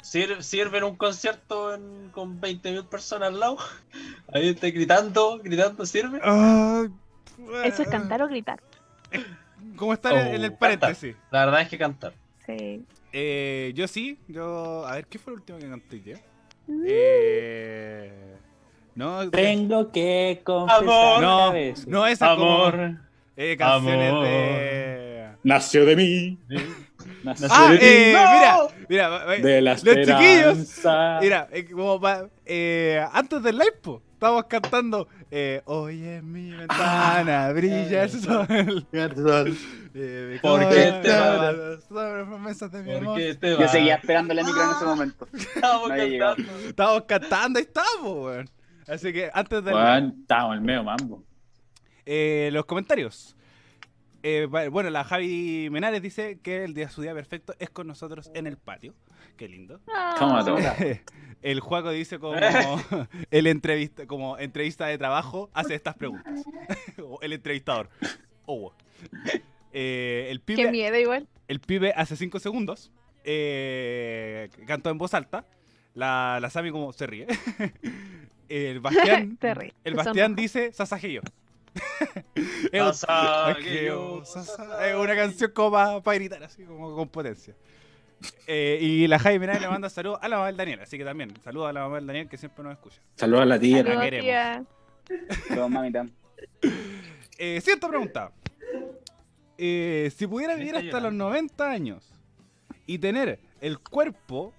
Speaker 2: Sir- sirven un concierto en- con 20.000 personas al lado. Ahí está gritando, gritando, sirve.
Speaker 1: Ah,
Speaker 3: Eso es cantar o gritar.
Speaker 1: Como está en- en el
Speaker 2: Oh,
Speaker 1: paréntesis.
Speaker 2: La verdad es que cantar.
Speaker 3: Sí.
Speaker 1: Eh, yo sí, yo. A ver, ¿qué fue el último que canté yo? Eh, No,
Speaker 6: Tengo que confesar
Speaker 2: Amor.
Speaker 6: una
Speaker 1: no,
Speaker 6: vez.
Speaker 1: no esa
Speaker 2: Amor.
Speaker 1: como eh, canciones
Speaker 2: Amor.
Speaker 1: de.
Speaker 5: Nació de mí.
Speaker 6: Nací
Speaker 1: Ah,
Speaker 5: de
Speaker 1: eh,
Speaker 2: No.
Speaker 1: mira, mira, va- va-
Speaker 5: De las
Speaker 1: Los chiquillos. mira, eh, como va- eh, antes del live, po, estábamos cantando eh, Hoy en
Speaker 2: Ah,
Speaker 1: mi ventana brilla el sol. Eh, me
Speaker 2: ¿Por
Speaker 1: cae
Speaker 2: qué
Speaker 1: la
Speaker 2: te
Speaker 1: llama, sobre las promesas de mi
Speaker 2: ¿Por
Speaker 1: amor.
Speaker 2: qué te
Speaker 4: Yo
Speaker 2: vas?
Speaker 4: seguía esperando la micro en ese momento.
Speaker 2: este Estamos
Speaker 4: No había llegado.
Speaker 2: cantando.
Speaker 1: Estábamos cantando, ahí estábamos, weón. Así que antes del
Speaker 5: Juan, estábamos en el medio mambo.
Speaker 1: Eh, los comentarios. Eh, va- bueno, la Javi Menares dice que el día su día perfecto es con nosotros en el patio. Qué lindo.
Speaker 3: Ah.
Speaker 5: Toma, toma.
Speaker 1: El Juaco dice como el entrevista, como entrevista de trabajo hace estas preguntas. O el entrevistador. Oh, wow. Eh, el
Speaker 3: Qué
Speaker 1: pibe
Speaker 3: miedo igual.
Speaker 1: el pibe hace 5 segundos eh, cantó en voz alta. La, la Sami como se ríe. El Bastián,
Speaker 3: Te ríes,
Speaker 1: el
Speaker 3: te
Speaker 1: Bastián
Speaker 3: sonrojas.
Speaker 1: dice Sasajeyo. Es un-
Speaker 2: Sasageyo,
Speaker 1: Sasageyo, Sasa- es
Speaker 2: sasageyo.
Speaker 1: eh, una canción como para gritar, así como con potencia. Eh, y la Jaime Miranda le manda saludos a la mamá del Daniel, así que también saludos a la mamá del Daniel que siempre nos escucha.
Speaker 5: Saludos a la tía.
Speaker 1: Saludos.
Speaker 3: Saludos,
Speaker 1: queremos.
Speaker 3: tía.
Speaker 4: Todo mamita.
Speaker 1: Eh, cierta pregunta. Eh, si pudiera
Speaker 2: Me
Speaker 1: vivir
Speaker 2: está
Speaker 1: hasta los
Speaker 2: llorando.
Speaker 1: 90 años y tener el cuerpo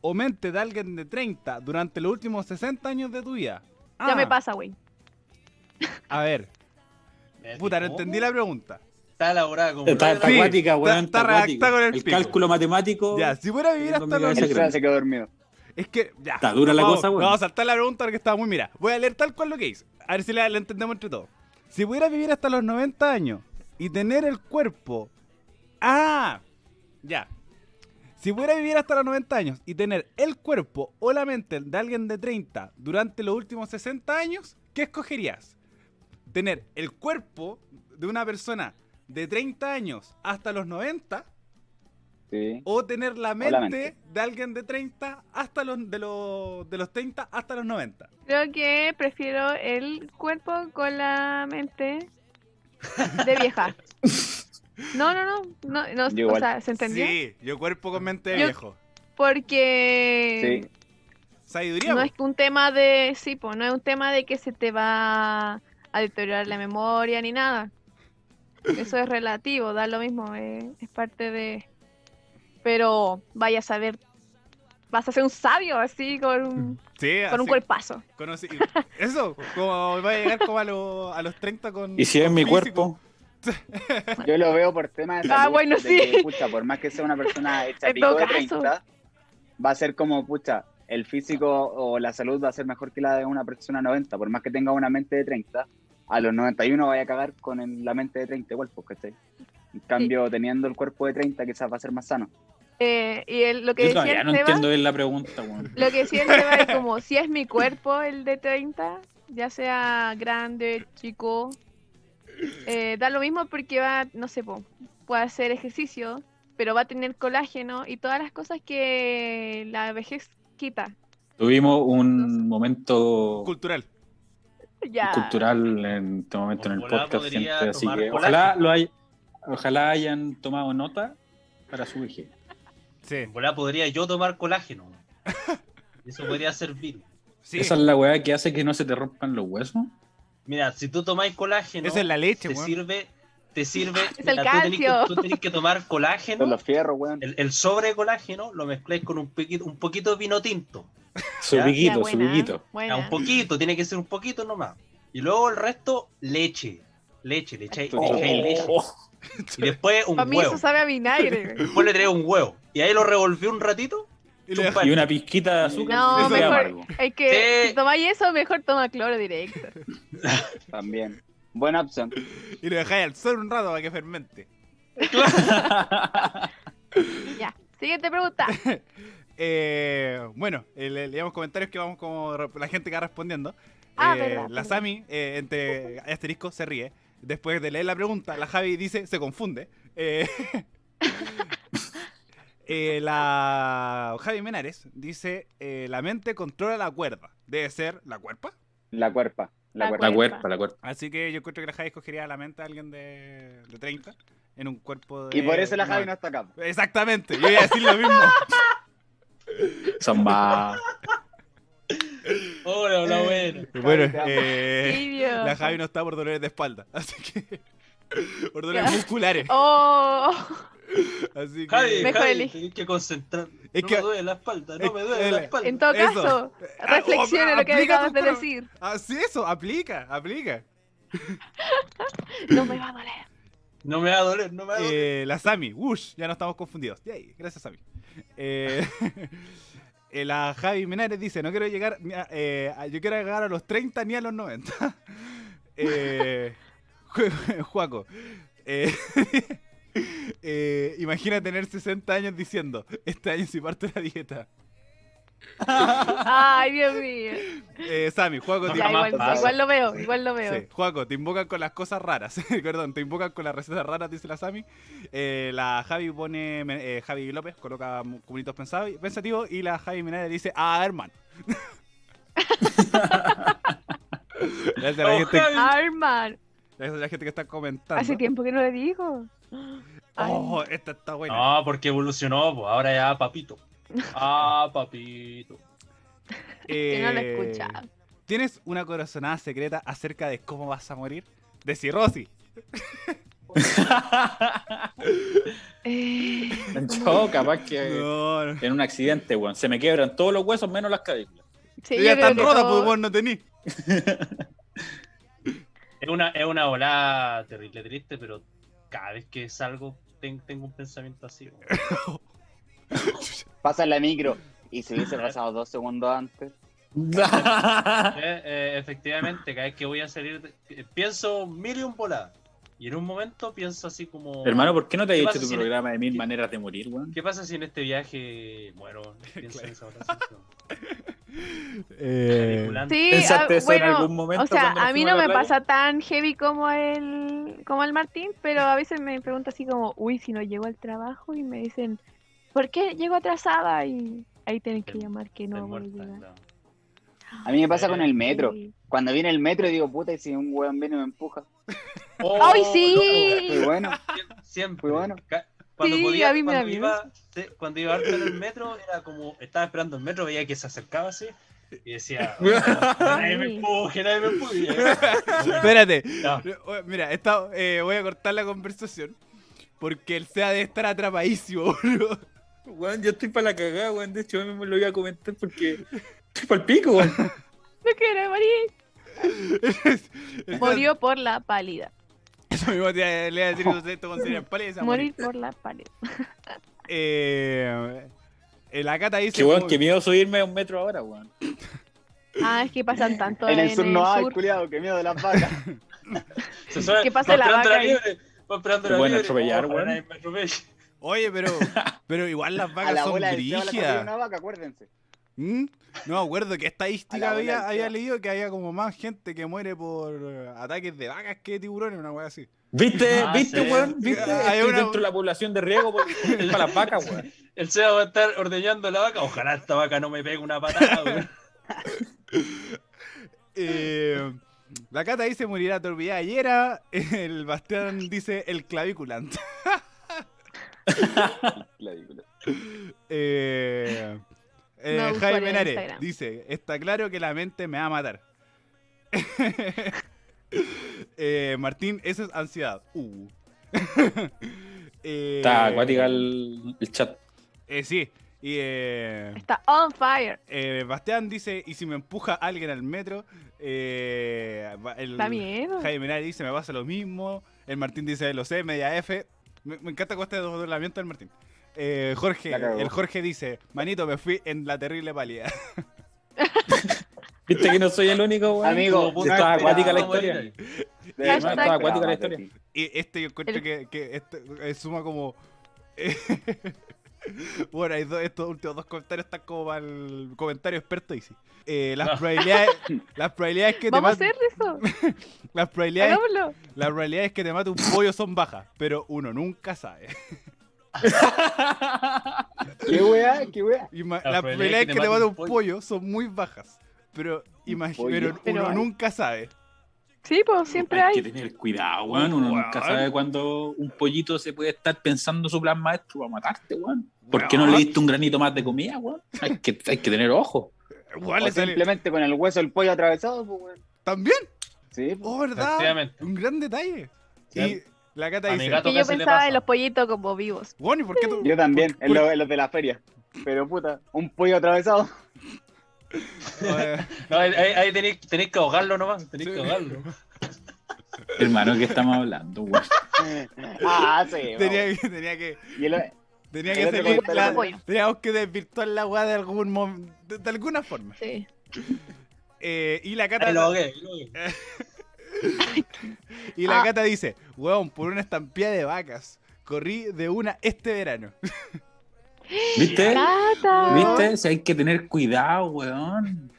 Speaker 1: o mente de alguien de 30 durante los últimos 60 años de tu vida.
Speaker 3: Ya
Speaker 1: Ah,
Speaker 3: me pasa, güey.
Speaker 1: A ver, puta, no
Speaker 2: ¿Cómo?
Speaker 1: entendí la pregunta.
Speaker 2: "Uh, Está elaborada como.
Speaker 5: Está,
Speaker 1: Sí,
Speaker 5: acuática, weón.
Speaker 1: está- está
Speaker 5: acuática.
Speaker 1: redactada con el pico.
Speaker 5: cálculo matemático.
Speaker 2: Oh,
Speaker 1: Ya, si pudiera vivir
Speaker 5: Viendo
Speaker 1: hasta
Speaker 5: mi
Speaker 1: los
Speaker 5: cabeza
Speaker 4: El Seba se quedó dormido.
Speaker 1: Es que, ya.
Speaker 5: Está dura la
Speaker 1: vamos,
Speaker 5: cosa, weón.
Speaker 1: Vamos a saltar la pregunta porque estaba muy. Mira, voy a leer tal cual lo que hice. A ver si la, la entendemos entre todos. Si pudieras vivir hasta los 90 años y tener el cuerpo. ¡Ah! Ya. Si pudieras vivir hasta los 90 años y tener el cuerpo o la mente de alguien de 30 durante los últimos 60 años, ¿qué escogerías? ¿Tener el cuerpo de una persona de 30 años hasta los 90?
Speaker 4: Sí.
Speaker 1: O tener la mente,
Speaker 4: la
Speaker 1: de alguien de 30 hasta los de los de los 30 hasta los 90.
Speaker 3: Creo que prefiero el cuerpo con la mente de vieja. No, no, no. no, no,
Speaker 4: Yo
Speaker 3: o
Speaker 4: igual.
Speaker 3: sea, ¿se entendió?
Speaker 1: Sí, yo cuerpo con mente de
Speaker 3: Yo-
Speaker 1: viejo.
Speaker 3: Porque
Speaker 4: Sí.
Speaker 1: Sabiduría.
Speaker 3: no
Speaker 1: po.
Speaker 3: es un tema de. Sí, pues no es un tema de que se te va a deteriorar la memoria ni nada. Eso es relativo, da lo mismo. eh, es parte de. Pero vaya a saber. Vas a ser un sabio así con un,
Speaker 1: Sí,
Speaker 3: con un
Speaker 1: así,
Speaker 3: cuerpazo.
Speaker 1: conocí- eso, como va a llegar como a, los- a los 30 con
Speaker 5: Y si es
Speaker 1: con
Speaker 5: mi
Speaker 1: físico.
Speaker 5: cuerpo,
Speaker 4: Yo lo veo por temas de
Speaker 3: Ah,
Speaker 4: salud.
Speaker 3: bueno,
Speaker 4: de
Speaker 3: sí.
Speaker 4: que, pucha, por más que sea una persona hecha
Speaker 3: En
Speaker 4: pico
Speaker 3: todo
Speaker 4: de
Speaker 3: caso.
Speaker 4: 30, va a ser como, pucha, el físico o la salud va a ser mejor que la de una persona 90. Por más que tenga una mente de 30, a los 91 vaya a cagar con el- la mente de 30 igual, pues, ¿cachai? En cambio, teniendo el cuerpo de 30 quizás va a ser más sano.
Speaker 3: Eh, y el- lo que
Speaker 5: yo
Speaker 3: decía
Speaker 5: todavía
Speaker 3: el
Speaker 5: no
Speaker 3: Seba-
Speaker 5: entiendo bien la pregunta, weón.
Speaker 3: Lo que sí va es como si es mi cuerpo el de 30, ya sea grande, chico, eh, da lo mismo porque va, no sé, po, puede hacer ejercicio, pero va a tener colágeno y todas las cosas que la vejez quita.
Speaker 5: Tuvimos un momento
Speaker 1: cultural.
Speaker 3: Ya.
Speaker 5: cultural en este momento en el
Speaker 2: Ojalá
Speaker 5: podcast,
Speaker 2: podría
Speaker 5: gente. Así
Speaker 2: tomar
Speaker 5: que
Speaker 2: colágeno.
Speaker 5: ojalá, lo hay, ojalá hayan tomado nota para su vigilia.
Speaker 1: Sí.
Speaker 2: En volá podría yo tomar colágeno. Eso podría servir.
Speaker 1: Sí.
Speaker 5: Esa es la weá que hace que no se te rompan los huesos.
Speaker 2: Mira, si tú tomáis colágeno,
Speaker 1: Esa es la leche,
Speaker 2: te
Speaker 1: weón.
Speaker 2: sirve, te sirve.
Speaker 3: Es el
Speaker 2: mira, tú tenés que-
Speaker 3: calcio.
Speaker 2: Tú tenés que tomar
Speaker 4: Son
Speaker 2: colágeno.
Speaker 4: los fierros, weón.
Speaker 2: El, el sobre de colágeno lo mezcláis con un poquito, un poquito de vino tinto.
Speaker 5: Su
Speaker 2: Ya,
Speaker 3: Ya,
Speaker 5: piquito, su
Speaker 3: buena,
Speaker 5: piquito.
Speaker 3: buena.
Speaker 2: Ya, un poquito, tiene que ser un poquito nomás. Y luego el resto, leche. Leche, le echáis le
Speaker 4: Oh.
Speaker 2: echáis leche. Y después un
Speaker 3: Para mí
Speaker 2: huevo.
Speaker 3: eso sabe a vinagre. güey.
Speaker 2: Después le traes un huevo. Y ahí lo revolví un ratito.
Speaker 1: Y le deja-
Speaker 5: Y una pizquita de azúcar.
Speaker 3: No,
Speaker 5: Eso es
Speaker 3: mejor-
Speaker 5: amargo.
Speaker 3: Es que
Speaker 2: Sí.
Speaker 3: si tomáis eso, mejor toma cloro directo.
Speaker 4: También. Buena opción.
Speaker 1: y lo dejáis al sol un rato para que fermente.
Speaker 3: Ya. Siguiente pregunta.
Speaker 1: Eh, bueno, eh, le, leíamos comentarios que vamos como re- la gente que va respondiendo.
Speaker 3: Ah,
Speaker 1: Eh,
Speaker 3: verdad,
Speaker 1: la
Speaker 3: perdón.
Speaker 1: Sami, eh, entre asterisco, se ríe. Después de leer la pregunta, la Javi dice, se confunde. Eh, eh, la Javi Menares dice, eh, la mente controla la cuerda. Debe ser la cuerpa.
Speaker 4: La cuerpa.
Speaker 3: La
Speaker 4: La cuerpa.
Speaker 5: La cuerpa, la cuerpa.
Speaker 1: Así que yo creo que la Javi escogería la mente a alguien de, de 30 en un cuerpo de...
Speaker 4: Y por eso la Javi no
Speaker 1: no-
Speaker 4: está acá.
Speaker 1: Exactamente, yo iba a decir lo mismo.
Speaker 5: Son más.
Speaker 2: Hola, hola, bueno.
Speaker 1: Bueno,
Speaker 4: te amo.
Speaker 1: eh,
Speaker 3: Tibio.
Speaker 1: la Javi no está por dolores de espalda, así que. por dolores
Speaker 3: Ya.
Speaker 1: musculares.
Speaker 3: Oh,
Speaker 1: Así que.
Speaker 2: Javi,
Speaker 3: Mejor
Speaker 2: Javi,
Speaker 3: elige.
Speaker 2: tenés que concentrar.
Speaker 1: Es
Speaker 2: no
Speaker 1: que-
Speaker 2: me duele la espalda,
Speaker 1: es-
Speaker 2: no me duele la
Speaker 1: el-
Speaker 2: espalda.
Speaker 3: en todo
Speaker 1: Eso. Ah, oh,
Speaker 3: caso, reflexione lo que
Speaker 1: Aplica
Speaker 3: acabas
Speaker 1: tus
Speaker 3: de
Speaker 1: pro-
Speaker 3: decir.
Speaker 1: Así ah, eso, aplica, aplica.
Speaker 3: No me va a doler.
Speaker 2: No me va a doler, no me va a doler.
Speaker 1: Eh, la Sami, Wush, ya no estamos confundidos. Yay, gracias, Sami. Eh, eh, la Javi Menares dice: No quiero llegar, ni a- eh, a- yo quiero llegar a los 30 ni a los 90. Eh, Ju- Juaco, eh, eh, imagina tener 60 años diciendo: Este año si parto la dieta.
Speaker 3: Ay, Dios mío.
Speaker 1: Eh, Sami, Juaco, te,
Speaker 3: Ya,
Speaker 2: jamás
Speaker 3: igual,
Speaker 2: pasa.
Speaker 3: igual lo veo, igual lo veo.
Speaker 1: Sí, Juaco, te invocan con las cosas raras. Perdón, te invocan con las recetas raras, dice la Sami. Eh, la Javi pone. eh, Javi López coloca mu- comunitos pensados- pensativos y la Javi Menares dice: Ah, hermano. gracias, a la
Speaker 2: Oh,
Speaker 1: gente,
Speaker 2: Javi.
Speaker 3: Arman.
Speaker 1: gracias a la gente que está comentando.
Speaker 3: Hace tiempo que no le digo. Ay,
Speaker 1: Oh, esta está buena.
Speaker 2: No, Ah, porque evolucionó, pues ahora ya papito. Ah, papito.
Speaker 3: que no lo
Speaker 1: Eh,
Speaker 3: escucha.
Speaker 1: ¿Tienes una corazonada secreta acerca de cómo vas a morir? De Rosy.
Speaker 3: Eh,
Speaker 5: Yo, capaz que.
Speaker 1: No, no.
Speaker 5: En un accidente, weón. Se me quebran todos los huesos menos las clavículas.
Speaker 3: sí, yo
Speaker 1: ya
Speaker 3: creo
Speaker 1: están
Speaker 3: que
Speaker 1: rotas,
Speaker 3: todo-
Speaker 1: pues vos no tenís.
Speaker 2: Es una, es una volada terrible, triste, pero cada vez que salgo ten- tengo un pensamiento así. weón.
Speaker 4: Pasa la micro y se hubiese pasado dos segundos antes.
Speaker 2: Eh, eh, efectivamente, cada vez que voy a salir, de- eh, pienso mil y un volada. Y en un momento pienso así como...
Speaker 5: Hermano, ¿por qué no te
Speaker 2: ¿Qué
Speaker 5: he
Speaker 2: pasa
Speaker 5: hecho tu
Speaker 2: si-
Speaker 5: programa de mil maneras de morir, weón?
Speaker 2: ¿Qué pasa si en este viaje muero? Pienso en esa oración, ¿no?
Speaker 1: Eh,
Speaker 2: Calculando.
Speaker 3: Sí,
Speaker 5: ¿Pensaste
Speaker 3: ah,
Speaker 5: eso en
Speaker 3: bueno,
Speaker 5: algún momento
Speaker 3: O sea,
Speaker 5: cuando nos
Speaker 3: a mí
Speaker 5: fuimos
Speaker 3: no
Speaker 5: a la
Speaker 3: me
Speaker 5: playa?
Speaker 3: pasa tan heavy como el, como el Martín, pero a veces me pregunto así como, uy, si no llego al trabajo y me dicen, ¿por qué llego atrasada? Y ahí tienen que
Speaker 2: Te-
Speaker 3: llamar que
Speaker 2: Estoy
Speaker 3: no voy a
Speaker 2: muerta,
Speaker 3: llegar.
Speaker 2: no.
Speaker 4: A mí me pasa con el metro.
Speaker 3: Sí.
Speaker 4: Cuando viene el metro digo, puta, y si un weón viene y me empuja.
Speaker 2: Oh,
Speaker 3: ¡Ay,
Speaker 4: Muy
Speaker 3: sí!
Speaker 4: bueno.
Speaker 2: Siem- Siempre.
Speaker 4: Muy bueno.
Speaker 2: Ca- Cuando
Speaker 3: Sí,
Speaker 2: podía,
Speaker 3: a mí me da
Speaker 2: cuando
Speaker 3: miedo
Speaker 2: iba, sí, cuando iba harto en el metro, era como, estaba esperando el metro, veía que se acercaba así, y decía, nadie me empuje, nadie me empuje.
Speaker 1: Espérate,
Speaker 2: Ya.
Speaker 1: Oye, Mira, esta, eh, voy a cortar la conversación porque el SEA debe estar atrapadísimo, boludo.
Speaker 5: Weón, yo estoy para la cagada, weón. De hecho, yo mismo lo voy a comentar porque estoy para el pico, weón.
Speaker 3: No quiero morir.
Speaker 1: Eso-
Speaker 3: Murió por la pálida.
Speaker 1: Eso mismo te le voy a decir entonces, esto con serias pales, a
Speaker 3: Morir por la pálida.
Speaker 1: Eh, eh, la cata dice.
Speaker 5: Qué weón,
Speaker 1: como-
Speaker 5: qué miedo subirme a un metro ahora, weón.
Speaker 3: Ah, es que pasan tanto
Speaker 4: En el
Speaker 3: en
Speaker 4: sur no hay,
Speaker 3: sur.
Speaker 4: culiado, que miedo de las vacas.
Speaker 2: Se suena,
Speaker 3: ¿Qué pasa
Speaker 2: va
Speaker 3: la
Speaker 2: esperando
Speaker 3: vaca ahí?
Speaker 2: liebre, va esperando
Speaker 5: Te
Speaker 2: la
Speaker 5: pueden
Speaker 2: liebre.
Speaker 5: atropellar,
Speaker 2: Ojalá
Speaker 5: weón.
Speaker 2: nadie me atropelle.
Speaker 1: Oye, pero, pero igual las
Speaker 4: A
Speaker 1: vacas
Speaker 4: la
Speaker 1: son
Speaker 4: bola del Seba la corrieron
Speaker 1: brígidas.
Speaker 4: una vaca, acuérdense.
Speaker 1: ¿Mm? No me acuerdo qué
Speaker 4: A la
Speaker 1: estadística
Speaker 4: bola del
Speaker 1: había,
Speaker 4: Seba.
Speaker 1: había leído que había como más gente que muere por eh, ataques de vacas que de tiburones, una weá así.
Speaker 5: ¿Viste,
Speaker 2: Ah,
Speaker 5: viste,
Speaker 2: sí.
Speaker 5: weón? ¿Viste?
Speaker 1: Hay
Speaker 5: Estoy
Speaker 1: una-
Speaker 5: dentro de la población de riego porque estoy para las vacas, weón.
Speaker 2: El Seba va a estar ordeñando la vaca. Ojalá esta vaca no me pegue una patada, weón.
Speaker 1: Eh, la Cata dice morirá atropellada ayer. ah, El Bastián dice el claviculante. Eh, eh,
Speaker 3: No usuario
Speaker 1: Jaime
Speaker 3: de
Speaker 1: Menares
Speaker 3: Instagram.
Speaker 1: dice: Está claro que la mente me va a matar. Eh, Martín, eso es ansiedad. Uh. Eh,
Speaker 5: Está acuática el, el chat.
Speaker 1: eh, sí. Y, eh,
Speaker 3: Está on fire.
Speaker 1: eh, Bastián dice: ¿Y si me empuja alguien al metro? Eh, va- el-
Speaker 3: Da miedo.
Speaker 1: Jaime Menares dice, me pasa lo mismo. El Martín dice, lo sé, media F. Me, me encanta con este doblamiento del Martín. Eh, Jorge,
Speaker 4: La cagó.
Speaker 1: el Jorge dice, manito, me fui en la terrible pálida.
Speaker 5: ¿Viste que no soy el único, weón?
Speaker 4: Amigo,
Speaker 5: Si estaba
Speaker 4: no
Speaker 5: acuática la
Speaker 4: esperaba De
Speaker 5: historia.
Speaker 3: Hashtag-
Speaker 4: verdad,
Speaker 5: Estaba acuática
Speaker 4: esperaba
Speaker 5: la historia.
Speaker 4: más de ti.
Speaker 1: Y este yo encuentro
Speaker 3: El-
Speaker 1: que, que este, eh, suma como... bueno, hay dos- estos últimos dos comentarios están como para el comentario experto Easy. Eh, las,
Speaker 2: No.
Speaker 1: probabilidades, las probabilidades que te
Speaker 3: Vamos a
Speaker 1: mate,
Speaker 3: hacer eso.
Speaker 1: las probabilidades,
Speaker 3: Hagámoslo.
Speaker 1: las probabilidades que te mate un pollo son bajas, pero uno nunca sabe.
Speaker 4: ¿Qué weá? ¿Qué weá?
Speaker 1: Ima-
Speaker 2: La
Speaker 1: las
Speaker 2: probabilidad de
Speaker 1: probabilidades que
Speaker 2: que
Speaker 1: te
Speaker 2: te mate
Speaker 1: mate
Speaker 2: un
Speaker 1: un pollo son muy bajas. Pero, imagi-
Speaker 4: pollo.
Speaker 1: pero
Speaker 3: Pero
Speaker 1: uno
Speaker 3: hay.
Speaker 1: nunca sabe.
Speaker 3: Sí, pues siempre
Speaker 5: Hay
Speaker 3: hay.
Speaker 5: que tener cuidado, weón. Uno
Speaker 1: Weón.
Speaker 5: nunca sabe cuándo un pollito se puede estar pensando su plan maestro para matarte, weón. ¿Por qué no le diste un granito más de comida, weón? Hay que, hay que tener ojo.
Speaker 1: Igual
Speaker 4: o
Speaker 1: le salió.
Speaker 4: simplemente con el hueso del pollo atravesado, pues, weón.
Speaker 1: ¿También?
Speaker 4: Sí, pues.
Speaker 1: Oh, ¿verdad?
Speaker 2: Efectivamente.
Speaker 1: Un gran detalle. Y
Speaker 4: Sí.
Speaker 1: la cata
Speaker 2: A mi
Speaker 1: dice,
Speaker 2: gato-
Speaker 3: Que yo
Speaker 2: casi le
Speaker 3: pensaba
Speaker 2: pasa.
Speaker 3: en los pollitos como vivos.
Speaker 1: bueno, ¿y por qué tú?
Speaker 4: Yo también,
Speaker 1: por-
Speaker 4: en, lo- en los de la feria. Pero puta, un pollo atravesado.
Speaker 1: Eh,
Speaker 2: No, ahí, ahí- ahí tenéis, tenéis que ahogarlo nomás, tenéis
Speaker 1: Sí.
Speaker 2: que ahogarlo.
Speaker 5: Hermano, ¿qué estamos hablando, weón?
Speaker 4: ah, sí.
Speaker 1: tenía, que- tenía que...
Speaker 4: vamos. Y el-
Speaker 1: Tenía
Speaker 4: El
Speaker 1: que
Speaker 4: otro
Speaker 1: salir
Speaker 4: comentario
Speaker 1: la-
Speaker 3: del pollo.
Speaker 1: Teníamos que desvirtuar la weá de algún mom- de, de alguna forma.
Speaker 3: Sí.
Speaker 1: Eh, y la
Speaker 2: Ahí lo
Speaker 1: cata,
Speaker 2: ahogué, ahí lo ahogué.
Speaker 1: y la
Speaker 3: Ah.
Speaker 1: Cata dice, weón, por una estampilla de vacas. Corrí de una este verano.
Speaker 5: ¿Viste?
Speaker 3: Cata.
Speaker 5: ¿Viste? Si hay que tener cuidado, weón.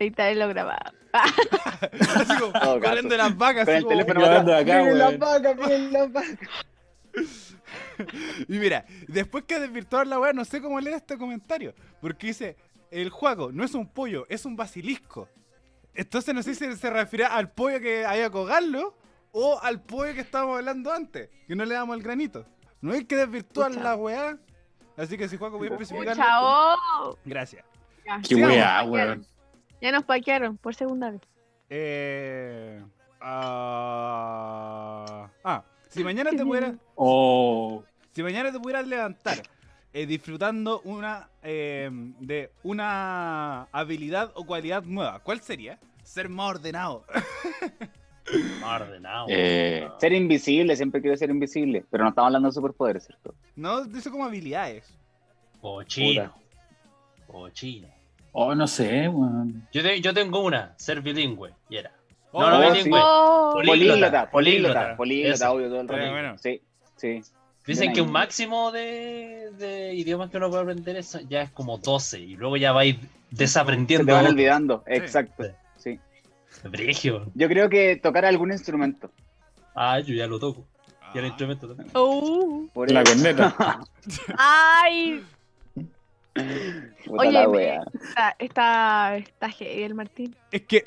Speaker 3: Ahí está, ahí lo grababa.
Speaker 1: Así como,
Speaker 4: Todo caso.
Speaker 1: corriendo de las vacas.
Speaker 4: Con
Speaker 1: así
Speaker 4: el
Speaker 1: como-
Speaker 4: teléfono
Speaker 5: grabando
Speaker 4: atrás.
Speaker 5: acá,
Speaker 4: Miren las
Speaker 5: weón.
Speaker 4: vacas, miren las vacas.
Speaker 1: Y mira, después que desvirtuar la weá, no sé cómo leer este comentario. Porque dice, el juego no es un pollo, es un basilisco. Entonces no sé si se refiere al pollo que había que ahogarlo o al pollo que estábamos hablando antes, que no le damos el granito. No hay que desvirtuar
Speaker 3: Pucha.
Speaker 1: la weá. Así que si Juaco voy a especificar.
Speaker 3: Pucha, oh.
Speaker 1: Gracias.
Speaker 3: Ya.
Speaker 5: Qué
Speaker 1: Sí,
Speaker 5: weá,
Speaker 3: vamos.
Speaker 5: weón.
Speaker 3: Ya nos paquearon por segunda vez.
Speaker 1: Eh, ah, ah, si mañana te
Speaker 3: Qué
Speaker 1: pudieras
Speaker 5: Oh,
Speaker 1: Si mañana te pudieras levantar eh, disfrutando una eh, de una habilidad o cualidad nueva, ¿cuál sería? Ser más ordenado.
Speaker 2: Más ordenado.
Speaker 5: Eh.
Speaker 4: Ser invisible, siempre quiero ser invisible. Pero no estamos hablando de superpoderes, ¿cierto?
Speaker 1: No dice como habilidades.
Speaker 2: Cochino. Cochino.
Speaker 5: oh, no sé, weón.
Speaker 2: Yo, te- yo tengo una, ser bilingüe. Y era.
Speaker 1: Oh,
Speaker 2: no, no,
Speaker 4: oh,
Speaker 2: bilingüe.
Speaker 3: Oh.
Speaker 2: Políglota,
Speaker 4: Políglota, políglota,
Speaker 2: políglota,
Speaker 4: políglota,
Speaker 2: eso.
Speaker 4: obvio, todo el
Speaker 1: Pero
Speaker 4: rato.
Speaker 1: bueno.
Speaker 4: Sí, Oh, sí.
Speaker 2: Dicen
Speaker 4: Bien
Speaker 2: que
Speaker 4: ahí.
Speaker 2: un máximo de, de idiomas que uno puede aprender es- ya es como 12 y luego ya va a ir
Speaker 4: Se
Speaker 2: desaprendiendo.
Speaker 4: te van
Speaker 2: otro.
Speaker 4: olvidando, exacto.
Speaker 2: Sí.
Speaker 4: Sí.
Speaker 2: Brigio.
Speaker 4: Yo creo que tocar algún instrumento.
Speaker 2: Ah, yo ya lo toco. Y el
Speaker 1: Ah.
Speaker 2: instrumento también.
Speaker 3: Oh.
Speaker 4: Por
Speaker 5: La
Speaker 4: eso.
Speaker 5: corneta.
Speaker 3: Ay,
Speaker 4: Puta
Speaker 3: Oye,
Speaker 4: la
Speaker 3: me-
Speaker 4: wea.
Speaker 3: está, está, está heavy el Martín.
Speaker 1: Es que,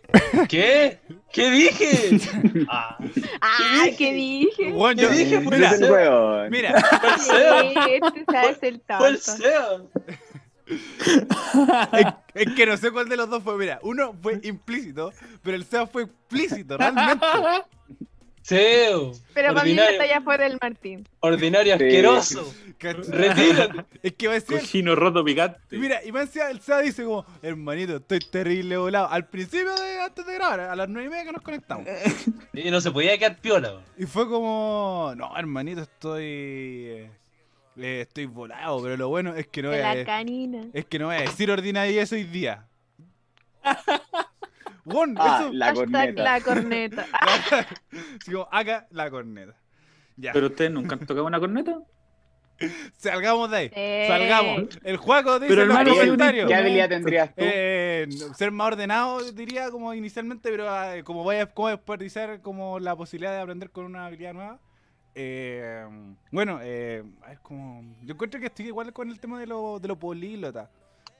Speaker 2: ¿Qué? ¿Qué dije? Ah,
Speaker 3: Ay, ¿qué dije?
Speaker 1: bueno, yo-
Speaker 2: ¿Qué dije?
Speaker 4: Ese
Speaker 2: Fue
Speaker 1: mira,
Speaker 4: es el weón.
Speaker 1: mira,
Speaker 2: fue el SEO.
Speaker 3: Sí, Este sabes el
Speaker 2: Fue el
Speaker 3: tanto.
Speaker 2: SEO.
Speaker 1: es, es que no sé cuál de los dos fue. Mira, uno fue implícito, pero el SEO fue explícito, realmente.
Speaker 2: SEO.
Speaker 3: Pero para mí la
Speaker 2: Ordinario.
Speaker 3: batalla fue del Martín.
Speaker 2: Ordinario
Speaker 4: Sí.
Speaker 2: asqueroso.
Speaker 1: ¿Cachai?
Speaker 2: Retírate.
Speaker 1: Es que va a decir
Speaker 5: Cochino roto
Speaker 1: Y
Speaker 5: picante.
Speaker 1: Mira, y más encima el SEA dice como, hermanito, estoy terrible volado. Al principio de antes de grabar, a las nueve y media que nos conectamos.
Speaker 2: Y no se podía quedar piola. weón.
Speaker 1: Y fue como, no, hermanito, estoy. eh, eh, estoy volado, pero lo bueno es que no
Speaker 3: De
Speaker 1: voy a,
Speaker 3: la canina.
Speaker 1: es que no voy a decir ordinaria eso hoy día. Bueno,
Speaker 4: Ah,
Speaker 1: eso.
Speaker 4: la
Speaker 3: Hashtag
Speaker 4: corneta.
Speaker 3: La corneta. Ah,
Speaker 1: Así como, acá la corneta. Ya,
Speaker 5: ¿Pero ustedes nunca han tocado una corneta?
Speaker 1: salgamos de ahí.
Speaker 3: Sí.
Speaker 1: Salgamos. El juego dice
Speaker 5: Pero,
Speaker 1: en los
Speaker 5: hermano,
Speaker 4: ¿Qué-
Speaker 5: es un
Speaker 1: comentarios.
Speaker 4: ¿Qué habilidad tendrías tú?
Speaker 1: Eh, ser más ordenado, diría, como inicialmente, pero ah, como voy a como desperdiciar como la posibilidad de aprender con una habilidad nueva. eh, bueno, eh, a ver, como, yo encuentro que estoy igual con el tema de lo, de lo políglota.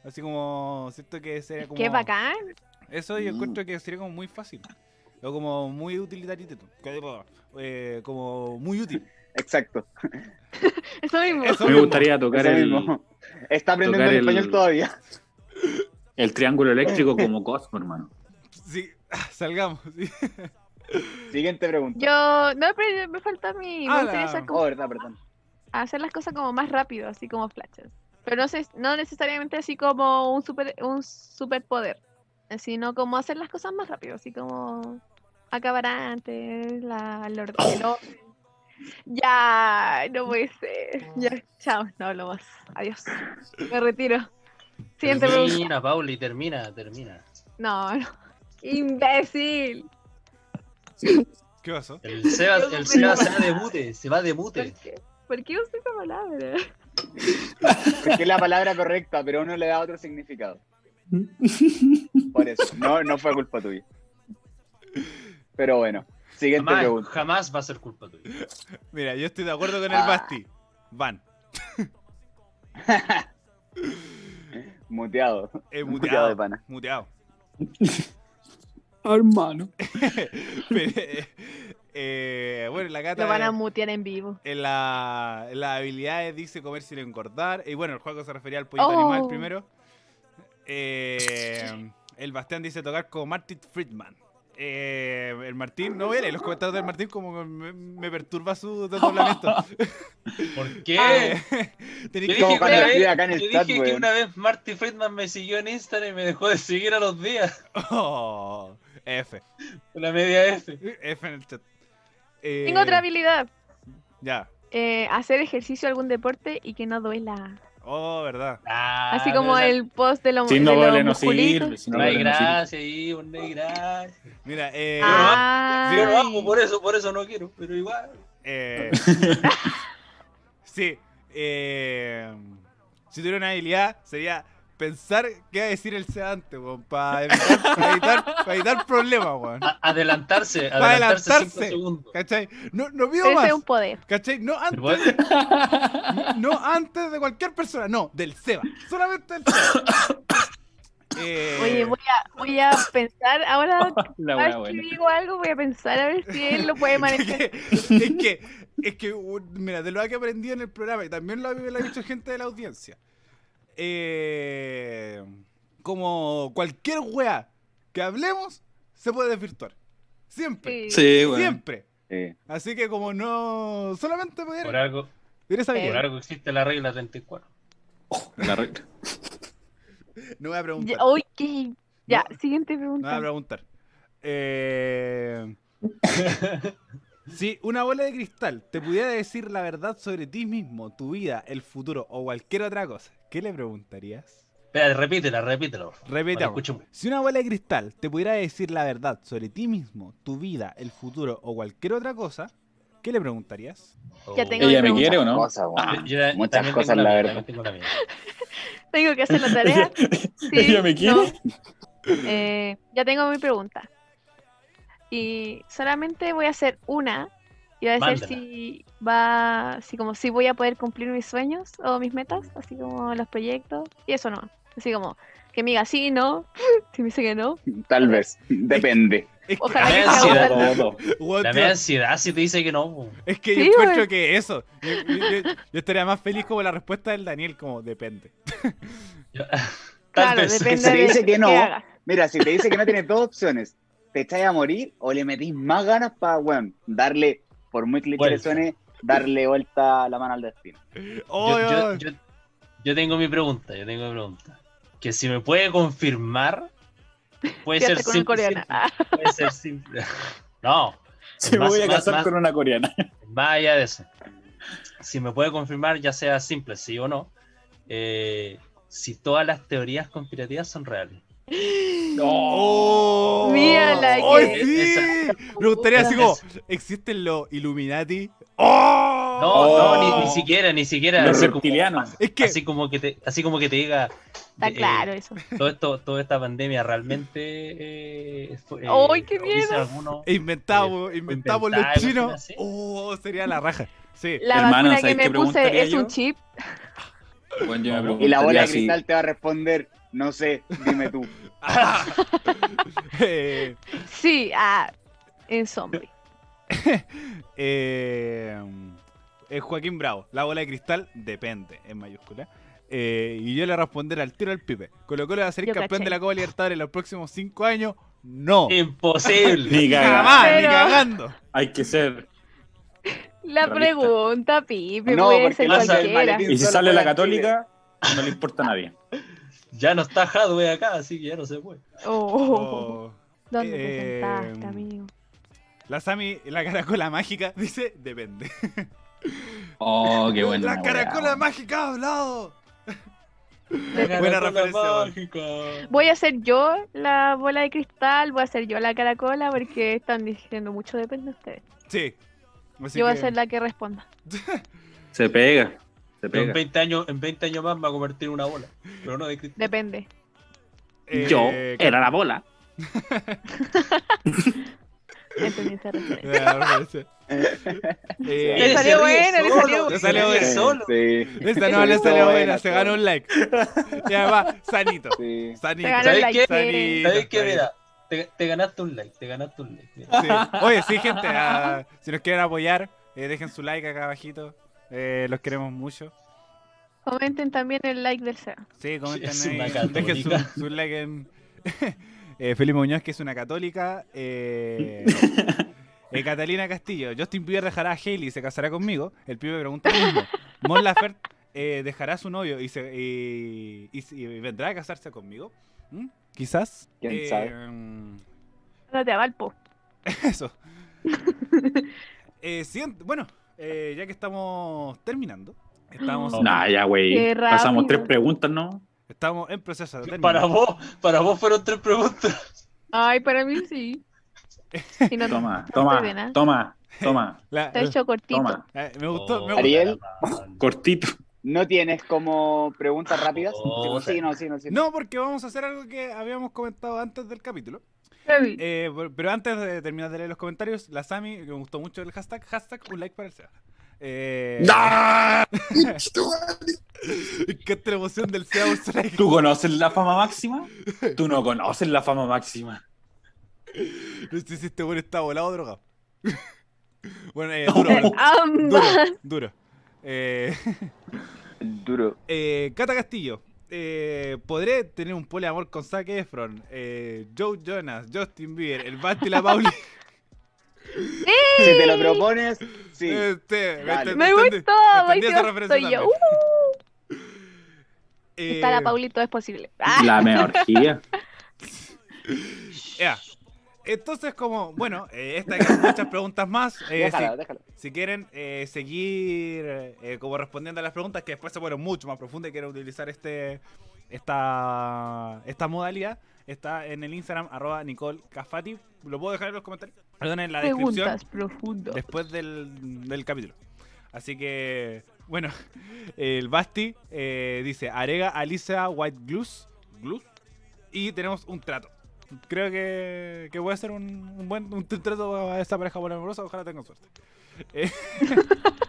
Speaker 1: Así como, siento que sería como...
Speaker 3: Qué bacán.
Speaker 1: Eso yo
Speaker 5: Mm.
Speaker 1: encuentro que sería como muy fácil. O como muy utilitario. eh, como muy útil.
Speaker 4: Exacto.
Speaker 3: Eso mismo.
Speaker 1: Eso
Speaker 5: Me
Speaker 1: mismo.
Speaker 5: gustaría tocar
Speaker 4: Ese
Speaker 5: el,
Speaker 4: mismo. Está aprendiendo
Speaker 5: tocar
Speaker 4: el
Speaker 5: el-
Speaker 4: español todavía.
Speaker 5: el triángulo eléctrico como Cosmo, hermano.
Speaker 1: Sí, salgamos. sí.
Speaker 4: Siguiente pregunta.
Speaker 3: Yo, no, pero me falta mi.
Speaker 1: Ah,
Speaker 3: Me gustaría
Speaker 1: la-
Speaker 3: hacer,
Speaker 4: Oh,
Speaker 3: como-
Speaker 4: verdad, perdón.
Speaker 3: hacer las cosas como más rápido, así como flashes. Pero no, sé, no necesariamente así como un super un superpoder, sino como hacer las cosas más rápido, así como acabar antes, la, el orden. el orden. Ya, no puede ser. Ya, chao, no hablo más. Adiós. Me retiro. Siguiente pregunta.
Speaker 2: Termina, Pauli, termina, termina.
Speaker 3: No, no. Imbécil.
Speaker 1: ¿Qué pasó?
Speaker 2: El Seba, el Seba se va de mute, se va de
Speaker 3: ¿Por
Speaker 2: mute.
Speaker 3: qué, ¿Por qué usé esa palabra?
Speaker 4: Porque es la palabra correcta, pero uno le da otro significado. Por eso. No, no fue culpa tuya. Pero bueno. Siguiente
Speaker 2: Jamás,
Speaker 4: pregunta.
Speaker 2: jamás va a ser culpa tuya.
Speaker 1: Mira, yo estoy de acuerdo con el
Speaker 4: Ah.
Speaker 1: Basti. Van.
Speaker 4: Muteado.
Speaker 1: Eh,
Speaker 4: Muteado de
Speaker 1: muteado.
Speaker 4: pana.
Speaker 1: Muteado.
Speaker 5: hermano.
Speaker 1: Pero, eh, eh, bueno, la gata
Speaker 3: Lo van a
Speaker 1: en-
Speaker 3: mutear en vivo.
Speaker 1: en, la, en las habilidades dice comer sin engordar. Y bueno, el juego se refería al pollito
Speaker 3: Oh.
Speaker 1: animal primero. Eh, el Bastián dice tocar como Martin Friedman. Eh, el Martín, no veré los comentarios del Martín como me, me perturba su desdoblamiento.
Speaker 2: ¿Por qué?
Speaker 1: Eh,
Speaker 2: Yo
Speaker 1: tenéis
Speaker 2: dije,
Speaker 1: que-
Speaker 4: Ah, como
Speaker 2: que
Speaker 4: cuando
Speaker 2: una,
Speaker 4: escribe
Speaker 2: vez,
Speaker 4: acá en el
Speaker 2: yo
Speaker 4: chat,
Speaker 2: dije que
Speaker 4: weón.
Speaker 2: una vez Marty Friedman me siguió en Instagram y me dejó de seguir a los días.
Speaker 1: Oh, F.
Speaker 2: La media F.
Speaker 1: F en el chat. Eh,
Speaker 3: Tengo otra habilidad.
Speaker 1: Ya.
Speaker 3: eh, hacer ejercicio, algún deporte y que no duela.
Speaker 1: Oh, verdad.
Speaker 2: Ah,
Speaker 3: Así como
Speaker 2: no,
Speaker 3: el post de los
Speaker 5: Si no
Speaker 3: de los
Speaker 5: duele, no
Speaker 3: musculitos.
Speaker 5: sirve. Si no
Speaker 2: No hay
Speaker 5: duele, no sirve.
Speaker 2: gracia ahí, no hay gracia.
Speaker 1: Mira, eh,
Speaker 3: Ah. Ay.
Speaker 2: Yo no hago por eso, por eso no quiero, pero igual.
Speaker 1: eh, sí. eh, si tuviera una habilidad, sería pensar qué va a decir el sedante, weón, para evitar, pa evitar, pa evitar problemas, weón.
Speaker 2: A- adelantarse,
Speaker 1: Para
Speaker 2: adelantarse 5
Speaker 1: adelantarse.
Speaker 2: segundos.
Speaker 1: ¿Cachai? No, no pido
Speaker 3: Ese
Speaker 1: más.
Speaker 3: es un poder.
Speaker 1: ¿Cachai? No
Speaker 2: ¿Se
Speaker 1: antes,
Speaker 2: puede?
Speaker 1: no antes de cualquier persona, no, del Seba. Solamente del Seba. Eh,
Speaker 3: Oye, voy a, voy a pensar ahora. Cada
Speaker 5: La wea
Speaker 3: vez que
Speaker 5: Ah, buena.
Speaker 3: digo algo, voy a pensar a ver si él lo puede
Speaker 1: Es
Speaker 3: manejar.
Speaker 1: que, es que, es que, u- mira, de lo que aprendí en el programa, y también lo, ha- lo ha dicho gente de la audiencia, eh, como cualquier wea que hablemos, se puede desvirtuar. Siempre.
Speaker 3: Sí.
Speaker 5: Sí, bueno.
Speaker 1: Siempre.
Speaker 4: Sí.
Speaker 1: Así que como no... Solamente poder...
Speaker 2: Por algo,
Speaker 1: tener esa
Speaker 2: por
Speaker 1: habilidad.
Speaker 2: algo existe la regla 34.
Speaker 5: La regla.
Speaker 1: No voy a preguntar.
Speaker 3: Ya, uy, qué- Ya, siguiente
Speaker 1: No voy a
Speaker 3: pregunta.
Speaker 1: preguntar. Eh, si una bola de cristal te pudiera decir la verdad sobre ti mismo, tu vida, el futuro o cualquier otra cosa, ¿qué le preguntarías?
Speaker 2: Espera, repítela, repítela, por favor. Para
Speaker 1: Repitamos.
Speaker 2: escuchar-
Speaker 1: Si una bola de cristal te pudiera decir la verdad sobre ti mismo, tu vida, el futuro o cualquier otra cosa, ¿qué le preguntarías?
Speaker 3: Ya tengo
Speaker 5: ¿Ella me
Speaker 3: pregunta.
Speaker 5: quiere o no?
Speaker 4: Cosas, weón.
Speaker 5: Ah,
Speaker 2: Yo la-
Speaker 4: Muchas
Speaker 2: también
Speaker 4: cosas,
Speaker 2: tengo
Speaker 4: la
Speaker 2: mía,
Speaker 4: verdad.
Speaker 2: también tengo la mía.
Speaker 3: Tengo que hacer la tarea. Sí,
Speaker 5: ¿Ella me quiere?
Speaker 3: no. Eh, ya tengo mi pregunta. Y solamente voy a hacer una. Y va a decir
Speaker 2: Mándala.
Speaker 3: si va, si como si voy a poder cumplir mis sueños o mis metas, así como los proyectos. Y eso no. Así como que me diga sí, no. Si me dice que no.
Speaker 4: Tal vez. Depende.
Speaker 1: Es que,
Speaker 3: Ojalá que
Speaker 2: Ah, sí,
Speaker 3: sea
Speaker 2: la-
Speaker 3: otra.
Speaker 5: Todo.
Speaker 1: Weón,
Speaker 2: La
Speaker 1: tío,
Speaker 2: media ansiedad si te dice que no.
Speaker 1: es que yo
Speaker 3: Sí,
Speaker 1: encuentro
Speaker 3: weón.
Speaker 1: que eso. Yo, yo- yo- yo estaría más feliz como la respuesta del Daniel, como depende.
Speaker 2: Tal
Speaker 3: Claro,
Speaker 2: vez.
Speaker 3: depende
Speaker 4: Si
Speaker 3: de
Speaker 4: dice que
Speaker 3: qué
Speaker 4: no,
Speaker 3: haga.
Speaker 4: Mira, si te dice que no tienes dos opciones, te echáis a morir o le metís más ganas para, weón, darle, por muy cliché que
Speaker 2: Vuelta.
Speaker 4: suene, darle vuelta la mano al destino.
Speaker 1: Oh,
Speaker 2: yo,
Speaker 1: oh,
Speaker 2: yo- yo- yo tengo mi pregunta, yo tengo mi pregunta. Que si me puede confirmar, puede ser
Speaker 3: Fíjate con una
Speaker 2: simple.
Speaker 3: coreana.
Speaker 2: simple, Puede ser simple. No,
Speaker 5: Se
Speaker 2: Más-
Speaker 5: voy a
Speaker 2: más-
Speaker 5: casar
Speaker 2: más.
Speaker 5: con una coreana.
Speaker 2: más allá de eso. Si me puede confirmar, ya sea simple, sí o no, eh, si todas las teorías conspirativas son reales.
Speaker 1: Oh,
Speaker 3: Mira la
Speaker 1: ¡Ay,
Speaker 2: que-
Speaker 1: sí! Me gustaría así como, ¿existen los Illuminati? ¡Oh!
Speaker 2: No, no, ni, ni siquiera, ni siquiera.
Speaker 5: Los
Speaker 2: Así como,
Speaker 5: reptilianos.
Speaker 1: Es que,
Speaker 2: así como que te, así como que te diga.
Speaker 3: Está
Speaker 2: eh,
Speaker 3: claro eso.
Speaker 2: todo esto, toda esta pandemia realmente. eh, fue- eh,
Speaker 3: ¡Ay, qué
Speaker 2: lo dicen
Speaker 3: miedo!
Speaker 2: algunos.
Speaker 1: inventamos, inventamos los
Speaker 2: Eh, inventar, imagínate
Speaker 1: chinos.
Speaker 2: así.
Speaker 1: Oh, sería la raja. Sí.
Speaker 3: La
Speaker 5: Hermano,
Speaker 3: vacuna que
Speaker 5: ¿sabes qué
Speaker 3: me puse
Speaker 5: preguntaría
Speaker 3: es
Speaker 5: yo?
Speaker 3: un chip.
Speaker 5: Bueno, yo me
Speaker 4: Y la bola
Speaker 5: preguntaría
Speaker 4: de
Speaker 5: si-
Speaker 4: cristal te va a responder, no sé, dime tú.
Speaker 1: Eh,
Speaker 3: Sí, ah, en zombie.
Speaker 1: eh, eh, Joaquín Bravo, la bola de cristal depende, en mayúscula. Eh, y yo le responderé al tiro al pipe. Colo Colo va a ser
Speaker 3: Yo
Speaker 1: campeón
Speaker 3: caché.
Speaker 1: de la Copa Libertadores en los próximos cinco años. No.
Speaker 2: Imposible.
Speaker 5: Ni cagar.
Speaker 1: Jamás, ni
Speaker 3: Pero-
Speaker 1: cagando.
Speaker 5: Hay que ser.
Speaker 3: La
Speaker 5: Realista.
Speaker 3: pregunta, Pipe,
Speaker 4: No,
Speaker 3: puede
Speaker 4: porque
Speaker 3: ser
Speaker 2: no sale
Speaker 3: cualquiera.
Speaker 4: maletín.
Speaker 5: Y si
Speaker 4: Solo
Speaker 5: sale la
Speaker 4: para
Speaker 5: católica, no le importa a nadie.
Speaker 2: Ya no está Hadwe acá, así que ya no se puede.
Speaker 3: Oh,
Speaker 1: Oh.
Speaker 3: ¿Dónde
Speaker 1: eh,
Speaker 3: te sentaste, amigo?
Speaker 1: La Sami, la caracola mágica, dice, depende.
Speaker 5: Oh, qué bueno.
Speaker 1: la caracola mágica ha hablado. Buena
Speaker 2: Caracola
Speaker 1: referencia, weón.
Speaker 2: mágica.
Speaker 3: Voy a ser yo la bola de cristal, voy a ser yo la caracola, porque están diciendo mucho depende de ustedes.
Speaker 1: Sí. Así
Speaker 3: yo voy a
Speaker 1: que-
Speaker 3: ser la que responda.
Speaker 5: Se pega. Se
Speaker 2: Pero en
Speaker 5: pega.
Speaker 2: 20 años, en 20 años más me va a convertir en una bola. Pero no de cristal.
Speaker 3: Depende.
Speaker 1: eh,
Speaker 5: Yo
Speaker 1: eh,
Speaker 5: era la bola.
Speaker 3: Entendí esa referencia.
Speaker 1: Eh,
Speaker 2: Él
Speaker 3: Le
Speaker 2: se
Speaker 3: salió
Speaker 2: ríe
Speaker 3: buena, le
Speaker 2: solo,
Speaker 3: salió
Speaker 1: buena.
Speaker 2: se ríe
Speaker 1: Eh,
Speaker 2: solo.
Speaker 4: Sí,
Speaker 1: Esta no le
Speaker 4: Estuvo
Speaker 1: salió buena,
Speaker 4: buena,
Speaker 1: se ganó un like. Y además, sanito.
Speaker 4: sí.
Speaker 1: Sanito.
Speaker 3: Se ganó
Speaker 2: ¿Sabes
Speaker 3: el like.
Speaker 2: qué?
Speaker 1: Sanito,
Speaker 2: ¿Sabes qué?
Speaker 1: sanito.
Speaker 2: Mira, te, te ganaste un like, te ganaste un like. Mira.
Speaker 1: Sí. Oye, sí, gente, ah, si nos quieren apoyar, eh, dejen su like acá abajito. Eh, los queremos mucho.
Speaker 3: Comenten también el like del SEA.
Speaker 1: Sí, comenten
Speaker 2: Es una
Speaker 1: ahí,
Speaker 2: católica.
Speaker 1: dejen su, su like en... Eh, Felipe Muñoz, que es una católica. eh, eh, Catalina Castillo, Justin Bieber dejará a Haley y se casará conmigo. El pibe pregunta lo mismo. Mon Laferte eh, dejará a su novio y, se, y, y- y vendrá a casarse conmigo. ¿Mm? Quizás.
Speaker 4: ¿Quién
Speaker 1: Eh,
Speaker 4: sabe?
Speaker 1: mm,
Speaker 3: Ándate a Valpo.
Speaker 1: Eso. Eh, siguiente- bueno, eh, ya que estamos terminando, estamos,
Speaker 5: Nah, ya, güey.
Speaker 3: Qué
Speaker 5: Pasamos
Speaker 3: rápido.
Speaker 5: tres preguntas, ¿no?
Speaker 1: estamos en proceso de terminar.
Speaker 2: Para vos, para vos fueron tres preguntas.
Speaker 3: Ay, para mí sí. Si no,
Speaker 5: Toma,
Speaker 3: estoy
Speaker 5: toma,
Speaker 3: bien, ¿eh?
Speaker 5: toma, toma,
Speaker 1: La-
Speaker 3: Te he hecho cortito.
Speaker 5: toma.
Speaker 1: eh, me gustó, me
Speaker 2: Oh,
Speaker 1: gustó.
Speaker 4: Ariel.
Speaker 2: man.
Speaker 5: Cortito.
Speaker 4: ¿No tienes como preguntas rápidas?
Speaker 2: Oh,
Speaker 4: sí, no, sí, no, sí.
Speaker 1: No, porque vamos a hacer algo que habíamos comentado antes del capítulo.
Speaker 3: Gaby.
Speaker 1: Eh, por- pero antes de terminar de leer los comentarios, la Sami, que me gustó mucho el hashtag, hashtag un like para el SEA. Eh,
Speaker 5: ¡Ah!
Speaker 1: ¡Qué la emoción del SEA por su like.
Speaker 5: ¿Tú conoces la fama máxima? Tú no conoces la fama máxima.
Speaker 1: No sé si este bueno está volado o drogado. bueno, eh,
Speaker 5: No.
Speaker 1: duro,
Speaker 3: De
Speaker 1: duro,
Speaker 3: ambas.
Speaker 1: duro. Eh,
Speaker 4: Duro.
Speaker 1: Eh, Cata Castillo. Eh, ¿Podré tener un poliamor con Zac Efron? Eh, Joe Jonas, Justin Bieber, el Basti y la Pauli.
Speaker 4: Si te lo propones, sí.
Speaker 1: Este,
Speaker 4: Dale.
Speaker 1: ent-
Speaker 3: Me
Speaker 1: entendí-
Speaker 3: gustó.
Speaker 1: entendí
Speaker 3: ahí
Speaker 1: esa
Speaker 3: sí
Speaker 1: referencia
Speaker 3: estoy yo.
Speaker 1: también. Eh,
Speaker 3: Está la Pauli, todo es posible. Ah,
Speaker 5: La mejor orgía.
Speaker 1: ya. Entonces, como, bueno, eh, esta hay muchas preguntas más. Eh,
Speaker 4: déjalo,
Speaker 1: si,
Speaker 4: déjalo.
Speaker 1: si quieren eh, seguir eh, como respondiendo a las preguntas, que después se fueron mucho más profundas y quieren utilizar este esta, esta modalidad, está en el Instagram, arroba Nicole Cafati. Lo puedo dejar en los comentarios. Perdón, en la descripción.
Speaker 3: Ah, preguntas profundas.
Speaker 1: después del, del capítulo. Así que, bueno, el Basti eh, dice, agrega a Lisa White Glues, Glues, y tenemos un trato. Creo que, que voy a hacer un, un buen un t- trato a esta pareja buena amorosa, ojalá tengan suerte. Eh,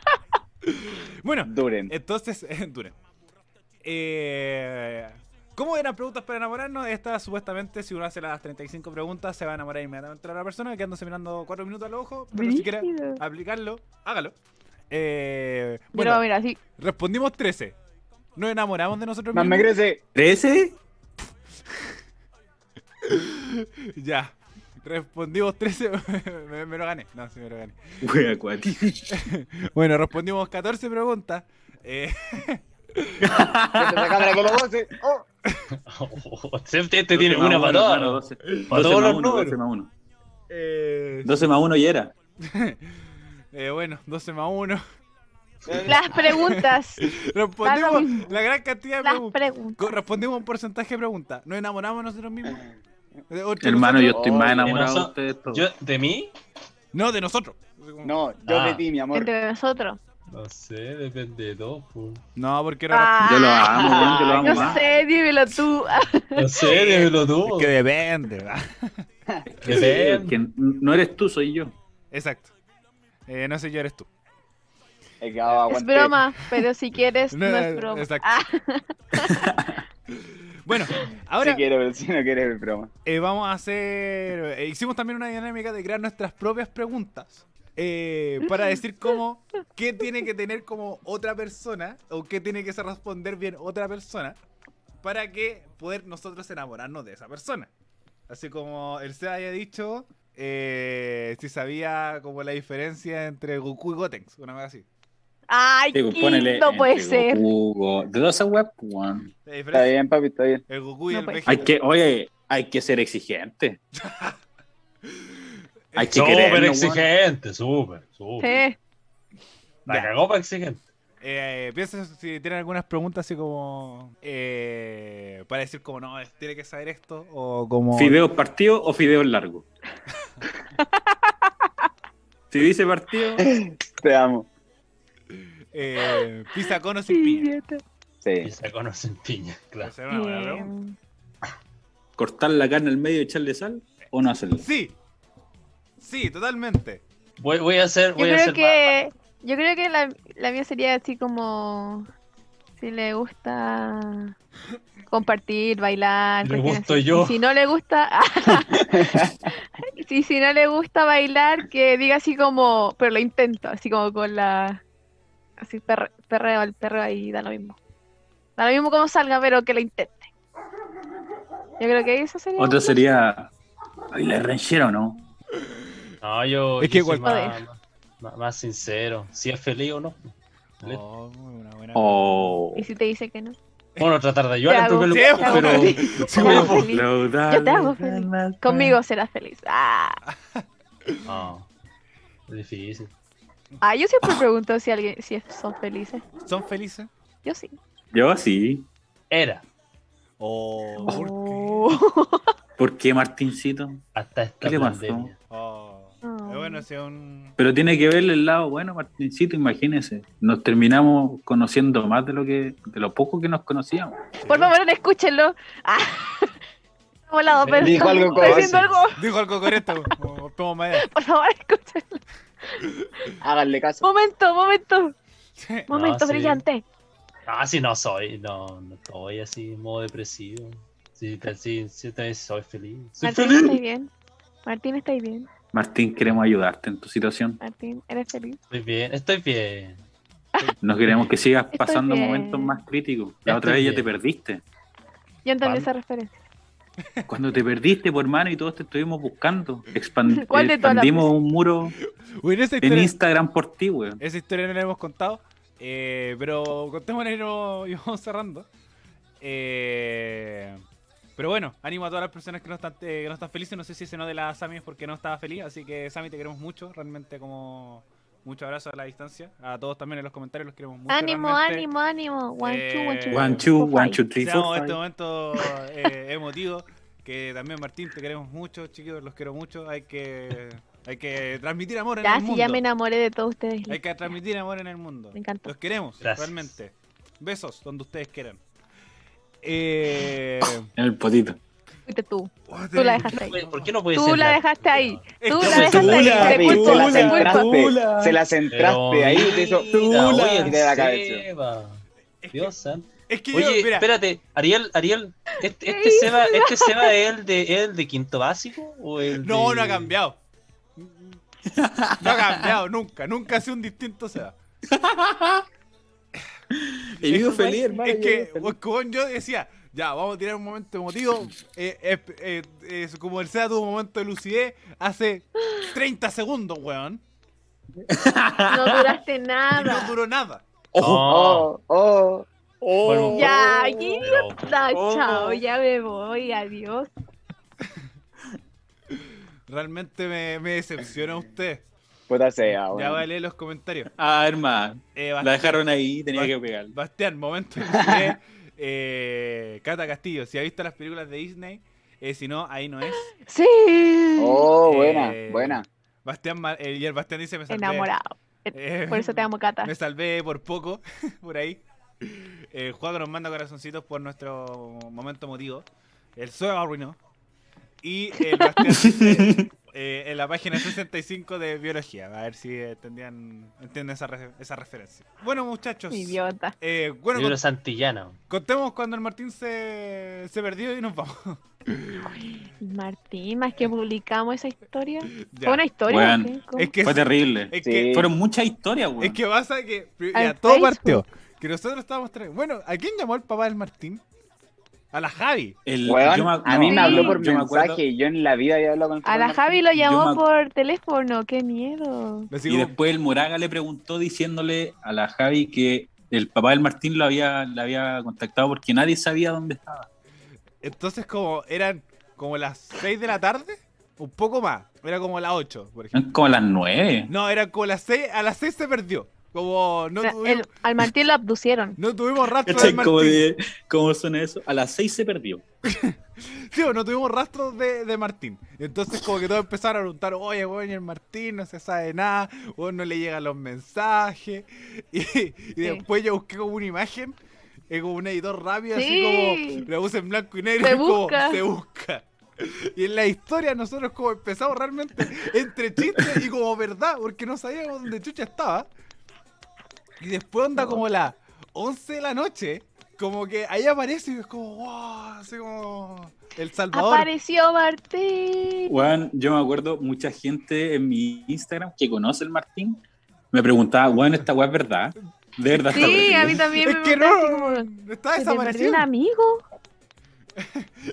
Speaker 1: bueno,
Speaker 4: Duren.
Speaker 1: entonces, eh, dure. Eh, ¿Cómo eran preguntas para enamorarnos? Esta supuestamente, si uno hace las 35 preguntas, se va a enamorar inmediatamente de la persona, quedándose mirando 4 minutos al ojo. Pero si quiere
Speaker 3: Brígido.
Speaker 1: aplicarlo, hágalo. Eh,
Speaker 3: Yo lo voy a
Speaker 1: Ah, bueno,
Speaker 3: mirar así.
Speaker 1: respondimos 13. Nos enamoramos de nosotros
Speaker 4: Más me
Speaker 1: mismos.
Speaker 4: crece.
Speaker 5: ¿Trece?
Speaker 1: Ya. Respondimos 13. me, me lo gané. No, sí me lo gané.
Speaker 5: Güey, acuático.
Speaker 1: Bueno, respondimos 14 preguntas. Eh,
Speaker 4: Siéntate la cámara que lo goce. Oh.
Speaker 2: Oh, Este este tiene una
Speaker 5: para
Speaker 2: patada. ¿no?
Speaker 5: 12,
Speaker 2: Para todos
Speaker 5: más
Speaker 2: los
Speaker 5: 1,
Speaker 2: números.
Speaker 5: 12 más 1.
Speaker 1: eh,
Speaker 5: 12 más 1 y era.
Speaker 1: eh, bueno, 12 más 1.
Speaker 3: Las preguntas. Da lo
Speaker 1: Respondimos
Speaker 3: mismo.
Speaker 1: la gran cantidad de
Speaker 3: las
Speaker 1: preguntas.
Speaker 3: preguntas.
Speaker 1: Respondimos un porcentaje de preguntas. Nos enamoramos nosotros mismos. De otro-
Speaker 5: Hermano, yo
Speaker 1: nosotros-
Speaker 5: estoy más
Speaker 4: Oh,
Speaker 5: enamorado de
Speaker 2: nosotros-
Speaker 5: ustedes todos.
Speaker 2: Yo, ¿De mí?
Speaker 1: No, de nosotros.
Speaker 4: No, yo
Speaker 2: Ah.
Speaker 4: de ti, mi amor.
Speaker 3: Entre nosotros.
Speaker 2: No sé, depende de pues. todo. po.
Speaker 1: No, porque no.
Speaker 3: Ah,
Speaker 5: Yo lo amo, weón, yo lo amo
Speaker 3: no
Speaker 5: más.
Speaker 3: sé, dímelo tú. Ah,
Speaker 2: No sé, dímelo tú.
Speaker 1: Que depende, ¿verdad?
Speaker 5: Sí,
Speaker 2: Depende.
Speaker 5: que no eres tú, soy yo.
Speaker 1: Exacto. Eh, no sé, yo eres tú.
Speaker 4: Es que, ah,
Speaker 3: Es
Speaker 4: aguante.
Speaker 3: broma, pero si quieres,
Speaker 1: No,
Speaker 3: no,
Speaker 1: eh,
Speaker 3: es broma.
Speaker 1: exacto.
Speaker 3: Ah,
Speaker 1: Bueno,
Speaker 4: Si
Speaker 1: ahora
Speaker 4: quiero, pero si no quieres, es broma.
Speaker 1: eh, vamos a hacer. eh, hicimos también una dinámica de crear nuestras propias preguntas. eh, para decir cómo, qué tiene que tener como otra persona o qué tiene que ser responder bien otra persona para que poder nosotros enamorarnos de esa persona. Así como el se haya dicho, eh, si sabía como la diferencia entre Goku y Gotenks, una cosa así.
Speaker 3: ay,
Speaker 5: Digo,
Speaker 3: Kid, no puede
Speaker 5: entre
Speaker 3: ser.
Speaker 5: Goku, de dos a web, weón.
Speaker 1: La
Speaker 4: Está
Speaker 1: diferencia,
Speaker 4: bien, papi, está bien.
Speaker 1: el Goku y
Speaker 3: No
Speaker 1: el
Speaker 3: puede ser.
Speaker 5: Hay
Speaker 1: Vegeta.
Speaker 5: que, oye, hay que ser exigente. hay que
Speaker 2: Súper
Speaker 5: querernos, weón.
Speaker 2: exigente, súper, súper.
Speaker 3: Sí.
Speaker 2: La
Speaker 1: Ya.
Speaker 2: cagó para exigente.
Speaker 1: Eh, piensa si tienen algunas preguntas así como eh, para decir como no, es- tiene que saber esto o como
Speaker 5: ¿Fideos partidos o fideos largos? si dice partido,
Speaker 4: Te amo.
Speaker 1: eh, pizza con o sin piña.
Speaker 3: idiota.
Speaker 2: Y
Speaker 4: Sí.
Speaker 2: se conocen piña,
Speaker 1: Puede
Speaker 2: claro.
Speaker 1: ser una buena pregunta.
Speaker 3: Em,
Speaker 5: cortar la carne al medio y echarle sal o no hacerlo.
Speaker 1: Sí, sí, totalmente.
Speaker 2: Voy, voy a hacer,
Speaker 3: Yo
Speaker 2: voy a
Speaker 3: creo
Speaker 2: hacer
Speaker 3: que, yo creo que la, la mía sería así como si le gusta compartir, bailar.
Speaker 2: Le
Speaker 3: cuestiones
Speaker 2: gusto
Speaker 3: así.
Speaker 2: yo.
Speaker 3: Y si no le gusta, y si no le gusta bailar, que diga así como, pero lo intento, así como con la, así perre- perreo, el perreo ahí da lo mismo. Da lo mismo cómo salga, pero que lo intente. Yo creo que eso sería.
Speaker 5: Otra sería. ¿Bailar ranchero o no?
Speaker 2: No, yo,
Speaker 1: Es que
Speaker 2: yo soy
Speaker 1: igual-
Speaker 2: más, más- más sincero. Si es feliz o no.
Speaker 1: Oh, una buena-
Speaker 5: O.
Speaker 3: Y si te dice que no.
Speaker 2: Bueno, tratar de ayudar en
Speaker 3: hago-
Speaker 1: Sí,
Speaker 2: primer lugar,
Speaker 1: hago-
Speaker 2: pero
Speaker 1: Sí,
Speaker 3: Yo te hago
Speaker 1: bueno.
Speaker 3: feliz. Yo te hago feliz. Conmigo serás feliz. Ah.
Speaker 2: No, es difícil.
Speaker 3: Ah, yo siempre pregunto si alguien, si son felices.
Speaker 1: ¿Son felices?
Speaker 3: Yo sí.
Speaker 5: Yo sí.
Speaker 2: Era
Speaker 1: Oh, ¿por qué?
Speaker 3: Oh.
Speaker 5: ¿Por qué Martincito?
Speaker 2: hasta esta
Speaker 5: ¿Qué le pasó?
Speaker 2: pandemia.
Speaker 1: Oh.
Speaker 3: Oh.
Speaker 1: Eh, Bueno, si un...
Speaker 5: Pero tiene que verle el lado bueno, Martincito, imagínese. Nos terminamos conociendo más de lo que de lo poco que nos conocíamos.
Speaker 3: Por favor, escúchenlo. Ah. Está volado, pero
Speaker 4: Dijo algo
Speaker 3: está diciendo
Speaker 4: coherente.
Speaker 3: algo.
Speaker 1: Dijo algo correcto. como- como madera.
Speaker 3: Por favor, escúchenlo.
Speaker 4: Háganle caso.
Speaker 3: Momento, momento.
Speaker 1: Sí.
Speaker 3: Momento
Speaker 2: sí.
Speaker 3: brillante.
Speaker 2: Ah, si no soy, no, no estoy así en modo depresivo. Sí, pero sí, sí, también soy feliz. Soy
Speaker 3: Martín,
Speaker 2: feliz.
Speaker 3: ¿estáis bien? Martín, ¿estáis bien?
Speaker 5: Martín, queremos ayudarte en tu situación.
Speaker 3: Martín, ¿eres feliz?
Speaker 2: Estoy bien, estoy bien.
Speaker 5: No queremos que sigas
Speaker 3: Estoy
Speaker 5: pasando
Speaker 3: bien.
Speaker 5: momentos más críticos. La
Speaker 2: Ya
Speaker 5: otra
Speaker 2: estoy
Speaker 5: vez ya te
Speaker 2: bien.
Speaker 5: perdiste.
Speaker 3: Yo entendí
Speaker 2: ¿Cuál?
Speaker 3: esa referencia.
Speaker 5: Cuando te perdiste, por hermano, y todos te estuvimos buscando. Expan-
Speaker 3: ¿Cuál de todas las
Speaker 5: expandimos
Speaker 3: veces?
Speaker 5: un muro
Speaker 1: Uy, en esa
Speaker 5: en
Speaker 1: historia,
Speaker 5: Instagram por ti, weón.
Speaker 1: esa historia no la hemos contado. eh, pero contémosla y no- y vamos cerrando. Eh, pero bueno, animo a todas las personas que no están, eh, que no están felices. No sé si se no de la Sami es porque no estaba feliz. Así que Sami, te queremos mucho. Realmente como... Mucho abrazo a la distancia. A todos también en los comentarios los queremos mucho.
Speaker 3: ánimo,
Speaker 1: realmente.
Speaker 3: ánimo, ánimo. One, two, one, two.
Speaker 1: Eh,
Speaker 5: One, two,
Speaker 3: four,
Speaker 5: one,
Speaker 3: five.
Speaker 5: two, three,
Speaker 1: Seamos
Speaker 5: four,
Speaker 1: en este
Speaker 5: five.
Speaker 1: momento eh, emotivo. Que también, Martín, te queremos mucho, chicos, los quiero mucho. Hay que, hay que transmitir amor en
Speaker 3: Ya,
Speaker 1: el
Speaker 3: si
Speaker 1: mundo.
Speaker 3: ya me enamoré de todos ustedes.
Speaker 1: hay que
Speaker 3: Ya.
Speaker 1: transmitir amor en el mundo.
Speaker 3: Me encantó.
Speaker 1: Los queremos,
Speaker 2: Gracias.
Speaker 1: realmente. Besos, donde ustedes quieran. Eh,
Speaker 5: En el potito.
Speaker 3: Fuiste tú.
Speaker 1: oh,
Speaker 3: Tú la dejaste ahí.
Speaker 2: Oye, ¿Por qué no puede
Speaker 3: Tú
Speaker 2: ser
Speaker 3: la
Speaker 2: la-
Speaker 3: dejaste ahí.
Speaker 1: Es
Speaker 3: Tú
Speaker 1: que
Speaker 3: la
Speaker 1: me
Speaker 3: dejaste ahí.
Speaker 1: tula,
Speaker 3: Te
Speaker 1: me
Speaker 3: culpo,
Speaker 4: se la
Speaker 3: te culpo.
Speaker 4: centraste.
Speaker 6: Hola.
Speaker 4: Se la
Speaker 2: Pero
Speaker 4: centraste ahí te hizo.
Speaker 2: mira,
Speaker 6: Hola.
Speaker 2: oye,
Speaker 4: Y de la cabeza.
Speaker 2: Seba.
Speaker 1: Es que,
Speaker 2: Dios santo.
Speaker 1: es que yo,
Speaker 2: Oye,
Speaker 1: mira,
Speaker 2: espérate, Ariel, Ariel, este, este
Speaker 3: ¿Qué
Speaker 2: Seba, este Seba es el de, es el de quinto básico o el
Speaker 1: no,
Speaker 2: de-
Speaker 1: no ha cambiado. No ha cambiado nunca, nunca ha sido un distinto sea.
Speaker 6: Y vivo
Speaker 1: Eso,
Speaker 6: feliz, hermano.
Speaker 1: Es
Speaker 6: yo
Speaker 1: que,
Speaker 6: vivo feliz.
Speaker 1: pues, como yo decía, ya, vamos a tirar un momento emotivo. eh, eh, eh, eh, como el SEA tuvo un momento de lucidez hace 30 segundos, weón.
Speaker 3: No duraste
Speaker 1: Y no
Speaker 3: nada.
Speaker 1: duró nada.
Speaker 2: No,
Speaker 4: Oh, oh.
Speaker 2: bueno,
Speaker 3: Ya, aquí
Speaker 2: pero-
Speaker 3: Ah,
Speaker 5: Oh.
Speaker 3: Chao, ya me voy. Adiós.
Speaker 1: Realmente me, me decepciona usted.
Speaker 4: Puta
Speaker 6: Ah,
Speaker 4: sea,
Speaker 1: Ya voy a
Speaker 4: weón.
Speaker 1: leer los comentarios.
Speaker 5: Ah, hermano.
Speaker 1: Eh,
Speaker 5: La
Speaker 1: Bast-
Speaker 5: dejaron ahí, tenía que pegar.
Speaker 1: Bastián, momento de lucidez. Eh, Cata Castillo, si ha visto las películas de Disney, eh, si no, ahí no es.
Speaker 3: Sí.
Speaker 4: Oh, buena,
Speaker 1: Eh,
Speaker 4: buena.
Speaker 1: Bastián, Ma- eh, y el Bastián dice, me salvé.
Speaker 3: Enamorado.
Speaker 1: Eh,
Speaker 3: Por eso te amo, Cata.
Speaker 1: Me salvé por poco, por ahí. El juego nos manda corazoncitos por nuestro momento emotivo. El Seba arruinó. Y el Bastián eh, eh, en la página 65 de biología. A ver si entendían, entienden esa, re- esa referencia. Bueno, muchachos.
Speaker 3: Idiota.
Speaker 1: eh, bueno,
Speaker 2: Libro
Speaker 1: cont-
Speaker 2: Santillana.
Speaker 1: contemos cuando el Martín se, se perdió y nos vamos.
Speaker 3: Martín, más que publicamos esa historia.
Speaker 1: Ya.
Speaker 3: ¿Fue una historia? o
Speaker 5: Bueno,
Speaker 3: qué? ¿Cómo?
Speaker 1: es que,
Speaker 5: Fue terrible.
Speaker 1: es
Speaker 4: Sí.
Speaker 1: que
Speaker 5: Fueron muchas historias, weón.
Speaker 1: Es que pasa que pri-
Speaker 3: Al
Speaker 1: ya, todo
Speaker 3: Facebook.
Speaker 1: partió. Que nosotros estábamos tres. Bueno, ¿a quién llamó el papá del Martín? A la Javi.
Speaker 5: El-
Speaker 4: Weón,
Speaker 5: yo me-
Speaker 4: a mí
Speaker 5: no,
Speaker 4: me habló por
Speaker 5: yo me acuerdo-
Speaker 4: mensaje y yo en la vida había hablado con el
Speaker 3: A la
Speaker 4: Fernando.
Speaker 3: Javi lo
Speaker 5: Yo
Speaker 3: llamó
Speaker 5: me-
Speaker 3: por teléfono. Qué miedo.
Speaker 1: Así
Speaker 5: Y
Speaker 1: como,
Speaker 5: después el Moraga le preguntó diciéndole a la Javi que el papá del Martín lo había, la había contactado porque nadie sabía dónde estaba.
Speaker 1: Entonces, como eran como las 6 de la tarde, un poco más. Era como las 8, por ejemplo.
Speaker 5: Eran como las nueve.
Speaker 1: No, era como las 6. A las 6 se perdió. Como no
Speaker 3: La-
Speaker 1: tuvimos,
Speaker 3: el- al Martín lo abducieron.
Speaker 1: no tuvimos rastro
Speaker 5: ¿Cachai?
Speaker 1: del
Speaker 5: ¿Cómo,
Speaker 1: Martín.
Speaker 5: de- cómo suena eso? A las seis se perdió.
Speaker 1: Sí, o no tuvimos rastros de, de Martín. Entonces, como que todos empezaron a preguntar, oye, weón, y el Martín no se sabe nada, o no le llegan los mensajes. Y, y después yo busqué como una imagen, eh, como un editor rápido, así
Speaker 3: Sí.
Speaker 1: como la puse en blanco y negro,
Speaker 3: Se
Speaker 1: y como
Speaker 3: busca.
Speaker 1: se busca. Y en la historia nosotros como empezamos realmente entre chistes y como verdad, porque no sabíamos dónde Chucha estaba. Y después onda como la 11 de la noche, como que ahí aparece y es como, wow, así como El Salvador.
Speaker 3: Apareció Martín.
Speaker 5: Weón, yo me acuerdo mucha gente en mi Instagram que conoce el Martín me preguntaba, weón, esta weá es verdad. De verdad.
Speaker 3: Sí,
Speaker 5: está
Speaker 3: a mí también
Speaker 1: Es
Speaker 3: me
Speaker 1: que
Speaker 3: pregunté así como,
Speaker 1: no, está
Speaker 3: ¿se te perdió
Speaker 1: desaparecido.
Speaker 3: un amigo?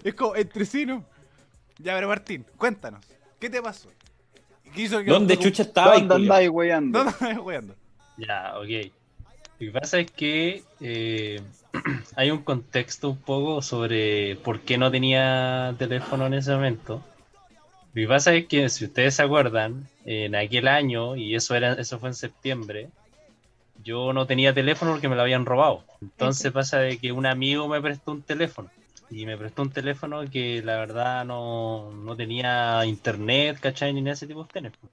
Speaker 1: Es como entre sí, ¿no? Ya, pero Martín, cuéntanos. ¿Qué te pasó? ¿Qué hizo que-
Speaker 6: ¿Dónde
Speaker 1: que-
Speaker 6: chucha estaba?
Speaker 4: ¿Dónde andáis, weyando?
Speaker 1: ¿Dónde estás jugando?
Speaker 2: Ya, ok. Lo que pasa es que eh, hay un contexto un poco sobre por qué no tenía teléfono en ese momento. Lo que pasa es que, si ustedes se acuerdan, en aquel año, y eso, era, eso fue en septiembre, yo no tenía teléfono porque me lo habían robado. Entonces pasa de que un amigo me prestó un teléfono. Y me prestó un teléfono que la verdad no, no tenía internet, ¿cachai? Ni nada de ese tipo de teléfonos.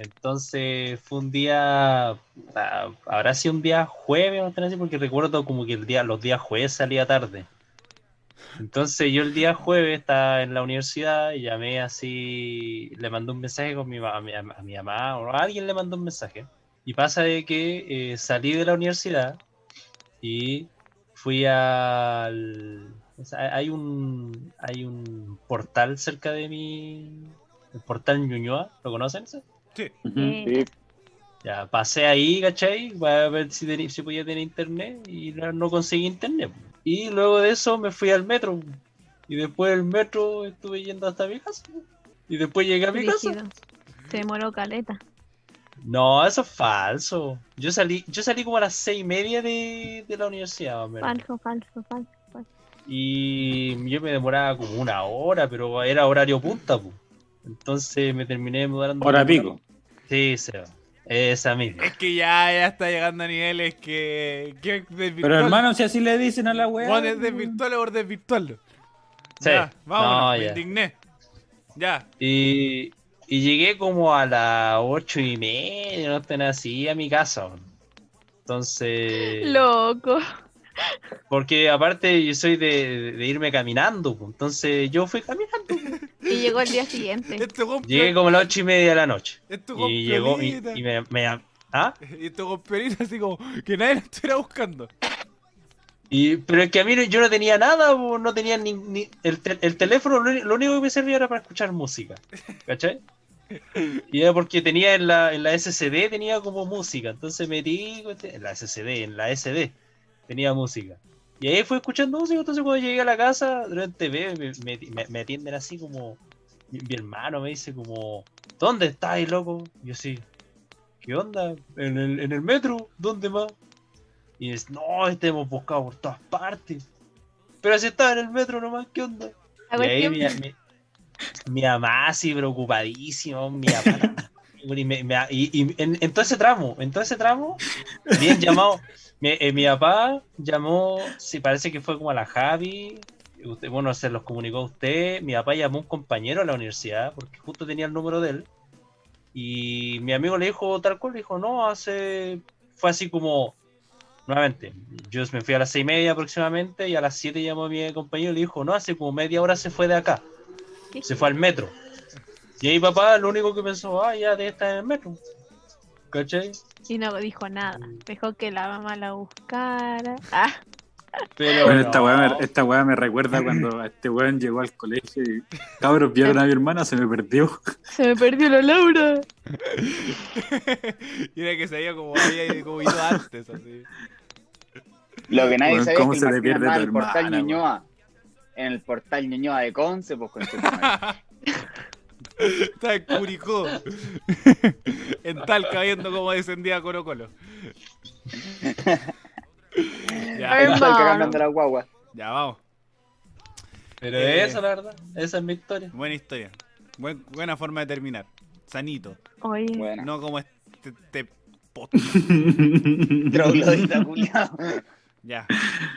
Speaker 2: Entonces fue un día, ah, habrá sido un día jueves o algo así, porque recuerdo como que el día, los días jueves salía tarde. Entonces yo el día jueves estaba en la universidad y llamé así, le mandé un mensaje con mi, ma- a, mi, a mi mamá o a alguien le mandó un mensaje. Y pasa de que eh, salí de la universidad y fui al... o sea, hay, un, hay un portal cerca de mi... El portal Ñuñoa, ¿lo conocen? ese?
Speaker 3: Eh,
Speaker 5: Ujú.
Speaker 4: Sí,
Speaker 2: Ya, pasé ahí, ¿cachai? Para ver si, teni- si podía tener internet y no, no conseguí internet. Y luego de eso me fui al metro. Y después del metro estuve yendo hasta mi casa. Y después llegué a mi casa.
Speaker 3: Brígido. Se demoró caleta.
Speaker 2: No, eso es falso. Yo salí, yo salí como a las seis y media de, de la universidad, más o menos.
Speaker 3: Falso, falso, falso. falso.
Speaker 2: Y yo me demoraba como una hora, pero era horario punta, pu. Entonces me terminé mudando.
Speaker 5: Hora pico.
Speaker 2: Sí, Seba. Esa misma.
Speaker 1: Es que ya, ya está llegando a niveles que. que desvirtuó-
Speaker 5: Pero hermano, si así le dicen a la wea.
Speaker 1: Juan es desvirtuarlo por desvirtuarlo.
Speaker 2: Sí.
Speaker 1: Ya, vámonos,
Speaker 2: No,
Speaker 1: me
Speaker 2: ya.
Speaker 1: indigné. Ya,
Speaker 2: Y, y llegué como a las ocho y media, no tan así, a mi casa. weón. Entonces,
Speaker 3: Loco.
Speaker 2: porque aparte yo soy de, de irme caminando, pues, entonces yo fui caminando.
Speaker 3: Y llegó el día siguiente.
Speaker 1: esto con
Speaker 2: Llegué como a las ocho y media de la noche.
Speaker 1: Esto con
Speaker 2: Y llegó y,
Speaker 1: piolita.
Speaker 2: y me, me- ¿ah?
Speaker 1: Y este esto con piolita así como que nadie lo estuviera buscando.
Speaker 2: Y, pero es que a mí no- yo no tenía nada, po, no tenía ni, ni- el, tel- el teléfono, lo, uni- lo único que me servía era para escuchar música, ¿cachai? Y era porque tenía en la, en la SCD, tenía como música, entonces metí ¿cachai? en la SCD, en la SD, tenía música. Y ahí fui escuchando música, entonces cuando llegué a la casa, durante TV, me, me- me- me atienden así como, mi, mi hermano me dice como, ¿dónde estás, loco? Y yo así, ¿qué onda? ¿En el, en el metro? ¿Dónde más? Y es, no, este hemos buscado por todas partes. Pero si estaba en el metro nomás, ¿qué onda?
Speaker 3: La
Speaker 2: Y ahí
Speaker 3: cuestión-
Speaker 2: mi, mi, mi mamá así preocupadísima, mi mamá. Y, me- me- y- y en, en todo ese tramo, en todo ese tramo, bien llamado. Mi, eh, mi papá llamó, si parece que fue como a la Javi. Usted, bueno, se los comunicó a usted. Mi papá llamó a un compañero a la universidad, porque justo tenía el número de él. Y mi amigo le dijo tal cual, le dijo, no, hace. Fue así como. Nuevamente, yo me fui a las seis y media aproximadamente y a las siete llamó a mi compañero y le dijo, no, hace como media hora se fue de acá,
Speaker 3: ¿Qué?
Speaker 2: se fue al metro. Y ahí papá lo único que pensó, ah, ya debe estar en el metro. ¿Cachai?
Speaker 3: Y no dijo nada. Dejó que la mamá la buscara. Ah,
Speaker 2: Pero
Speaker 5: Bueno, esta
Speaker 2: no.
Speaker 5: weá, me, esta weá me recuerda cuando a este weón llegó al colegio y cabros vieron a mi hermana, se me perdió.
Speaker 3: se me perdió la Laura.
Speaker 1: y era que se veía como había como ido antes, así.
Speaker 4: Lo que nadie
Speaker 5: Weón,
Speaker 4: sabía
Speaker 5: ¿cómo
Speaker 4: es
Speaker 5: se
Speaker 4: que
Speaker 5: te
Speaker 4: el Martín
Speaker 5: pierde
Speaker 4: andaba en
Speaker 5: tu
Speaker 4: el portal
Speaker 5: hermana, weón?
Speaker 4: Ñuñoa. En el portal Ñuñoa de Conce, pues con su madre.
Speaker 1: Estaba en Curicó. en Talca viendo cómo descendía Colo Colo.
Speaker 4: Ahí
Speaker 1: ya,
Speaker 3: Hermano.
Speaker 4: está cagando la guagua.
Speaker 1: ya, vamos.
Speaker 2: Pero
Speaker 5: este-
Speaker 1: Eh.
Speaker 2: eso, la verdad, esa es mi historia.
Speaker 1: Buena historia. Buen- buena forma de terminar. Sanito.
Speaker 3: Oye,
Speaker 4: Bueno,
Speaker 1: No como este, este pot-
Speaker 4: troglodita culiao.
Speaker 1: Ya.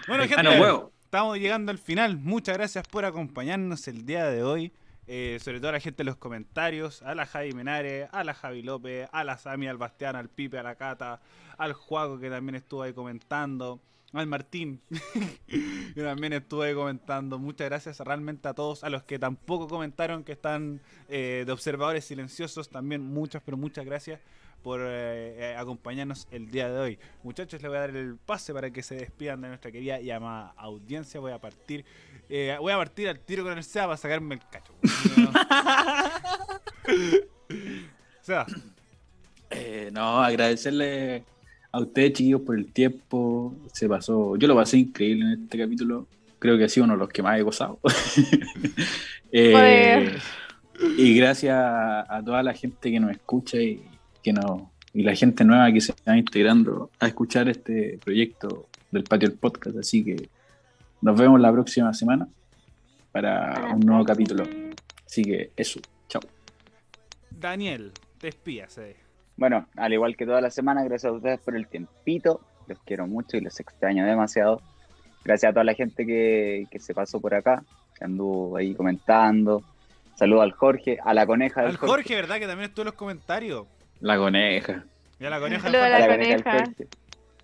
Speaker 1: Bueno,
Speaker 5: Ah,
Speaker 1: gente,
Speaker 5: no, huevo.
Speaker 1: estamos llegando al final. Muchas gracias por acompañarnos el día de hoy. Eh, sobre todo a la gente en los comentarios, a la Javi Menares, a la Javi López, a la Sami, al Bastián, al Pipe, a la Cata, al Juaco que también estuvo ahí comentando, al Martín que también estuvo ahí comentando. Muchas gracias realmente a todos, a los que tampoco comentaron, que están eh, de observadores silenciosos también. Muchas, pero muchas gracias por eh, eh, acompañarnos el día de hoy. Muchachos, les voy a dar el pase para que se despidan de nuestra querida y amada audiencia. Voy a partir, eh, voy a partir al tiro con el SEA para sacarme el cacho. Seba,
Speaker 5: Eh, no, agradecerle a ustedes, chiquillos, por el tiempo. Se pasó. Yo lo pasé increíble en este capítulo. Creo que ha sido uno de los que más he gozado. Eh,
Speaker 3: Joder.
Speaker 5: y gracias a toda la gente que nos escucha y que nos y la gente nueva que se está integrando a escuchar este proyecto del Patio del Podcast. Así que nos vemos la próxima semana para un nuevo capítulo. Así que eso. Chao.
Speaker 1: Daniel, te espías, eh.
Speaker 4: Bueno, al igual que toda la semana, gracias a ustedes por el tiempito. Los quiero mucho y los extraño demasiado. Gracias a toda la gente que, que se pasó por acá, que anduvo ahí comentando. Saludo al Jorge, a la coneja del
Speaker 1: Al Jorge, ¿verdad? Que también estuvo en los comentarios.
Speaker 5: La coneja.
Speaker 1: Ya la coneja.
Speaker 3: Lo de
Speaker 4: A
Speaker 1: del
Speaker 4: la
Speaker 3: la
Speaker 1: fantasma.
Speaker 4: coneja del
Speaker 3: coneja.
Speaker 4: Jorge.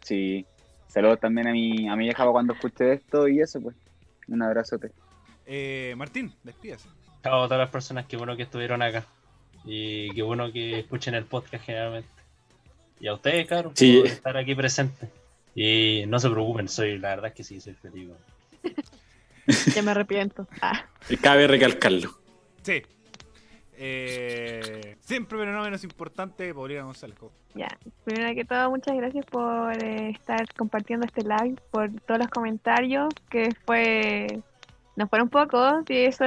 Speaker 4: Sí. Saludos también a mi, a mi vieja para cuando escuche esto y eso, pues. Un abrazote.
Speaker 1: Eh, Martín, despídase.
Speaker 2: Chao a todas las personas, que bueno que estuvieron acá. Y qué bueno que escuchen el podcast generalmente. Y a ustedes, cabrón,
Speaker 5: Sí.
Speaker 2: por estar aquí presentes. Y no se preocupen, soy, la verdad es que sí, soy feliz. weón.
Speaker 3: Ya me arrepiento. Ah.
Speaker 5: Cabe recalcarlo.
Speaker 1: Sí. Eh, siempre, pero no menos importante, Paulina González. ¿cómo?
Speaker 3: Primero que todo, muchas gracias por eh, estar compartiendo este live, por todos los comentarios, que fue nos fueron pocos y eso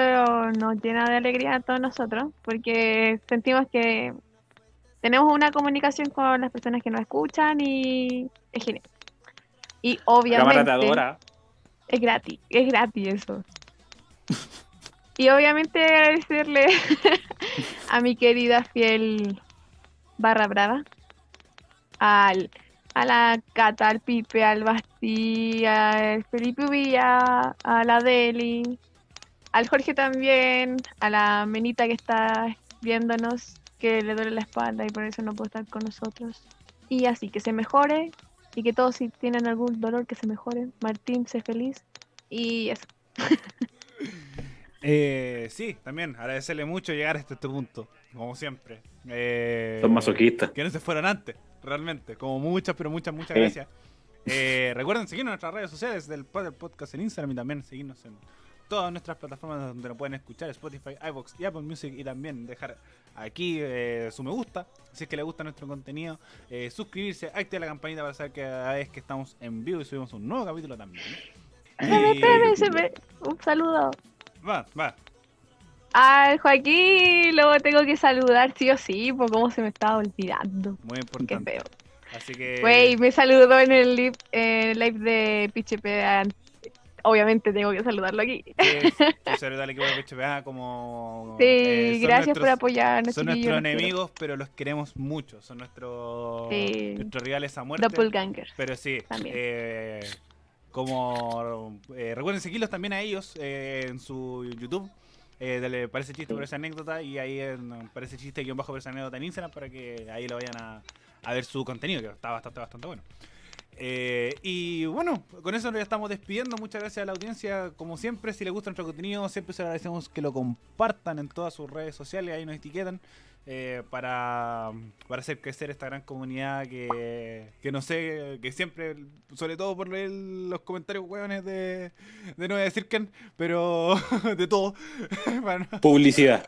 Speaker 3: nos llena de alegría a todos nosotros, porque sentimos que tenemos una comunicación con las personas que nos escuchan y es genial. Y obviamente es gratis, es gratis eso. Y obviamente agradecerle a mi querida fiel barra brava, al, a la Cata, al Pipe, al Basti, al Felipe Ubilla, a la Deli, al Jorge también, a la Menita que está viéndonos, que le duele la espalda y por eso no puede estar con nosotros. Y así, que se mejore y que todos si tienen algún dolor que se mejore. Martín, sé feliz. Y eso.
Speaker 1: Eh, sí, también agradecerle mucho llegar hasta este punto, como siempre. Eh,
Speaker 5: Son masoquistas.
Speaker 1: que no se fueron antes, realmente. Como muchas, pero muchas, muchas
Speaker 4: Sí.
Speaker 1: gracias. Eh, recuerden seguirnos en nuestras redes sociales del Pod- del Podcast en Instagram y también seguirnos en todas nuestras plataformas donde nos pueden escuchar, Spotify, iVoox y Apple Music y también dejar aquí eh, su me gusta, si es que les gusta nuestro contenido, eh, suscribirse, activar la campanita para saber cada vez que estamos en vivo y subimos un nuevo capítulo también. Y-
Speaker 3: Espérame, se me- Un saludo.
Speaker 1: Va, va.
Speaker 3: Al Joaquín, luego tengo que saludar sí o sí, por cómo se me estaba olvidando.
Speaker 1: Muy
Speaker 3: Qué
Speaker 1: importante.
Speaker 3: feo.
Speaker 1: Así que.
Speaker 3: Güey, me saludó en el live, en el live de Pichepe. Obviamente tengo que saludarlo aquí.
Speaker 1: que- que saludar eh, al equipo de PHPA como.
Speaker 3: Sí,
Speaker 1: eh, son
Speaker 3: gracias por
Speaker 1: nuestros-
Speaker 3: apoyarnos.
Speaker 1: Son
Speaker 3: chiquillos,
Speaker 1: nuestros
Speaker 3: los quiero.
Speaker 1: enemigos, pero los queremos mucho. Son nuestros,
Speaker 3: Sí.
Speaker 1: nuestros rivales a muerte.
Speaker 3: Doppelganger.
Speaker 1: Pero sí,
Speaker 3: También.
Speaker 1: eh, como eh, recuerden seguirlos también a ellos eh, en su YouTube. Eh, dale, parece chiste por esa anécdota y ahí en parece chiste guión bajo por esa anécdota en Instagram para que ahí lo vayan a, a ver su contenido, que está bastante, bastante bueno. Eh, y bueno, con eso nos estamos despidiendo. Muchas gracias a la audiencia. Como siempre, si les gusta nuestro contenido, siempre se lo agradecemos que lo compartan en todas sus redes sociales. Ahí nos etiquetan eh, para, para hacer crecer esta gran comunidad que, que no sé, que siempre, sobre todo por leer los comentarios hueones de, de no voy a decir quién, pero de todo. para no-
Speaker 5: Publicidad.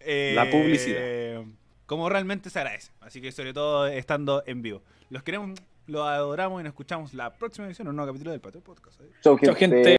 Speaker 1: eh,
Speaker 5: La publicidad.
Speaker 1: Como realmente se agradece. Así que sobre todo estando en vivo. Los queremos, los adoramos y nos escuchamos la próxima edición, en un nuevo capítulo del Patio Podcast. Adiós.
Speaker 4: Chau,
Speaker 5: gente.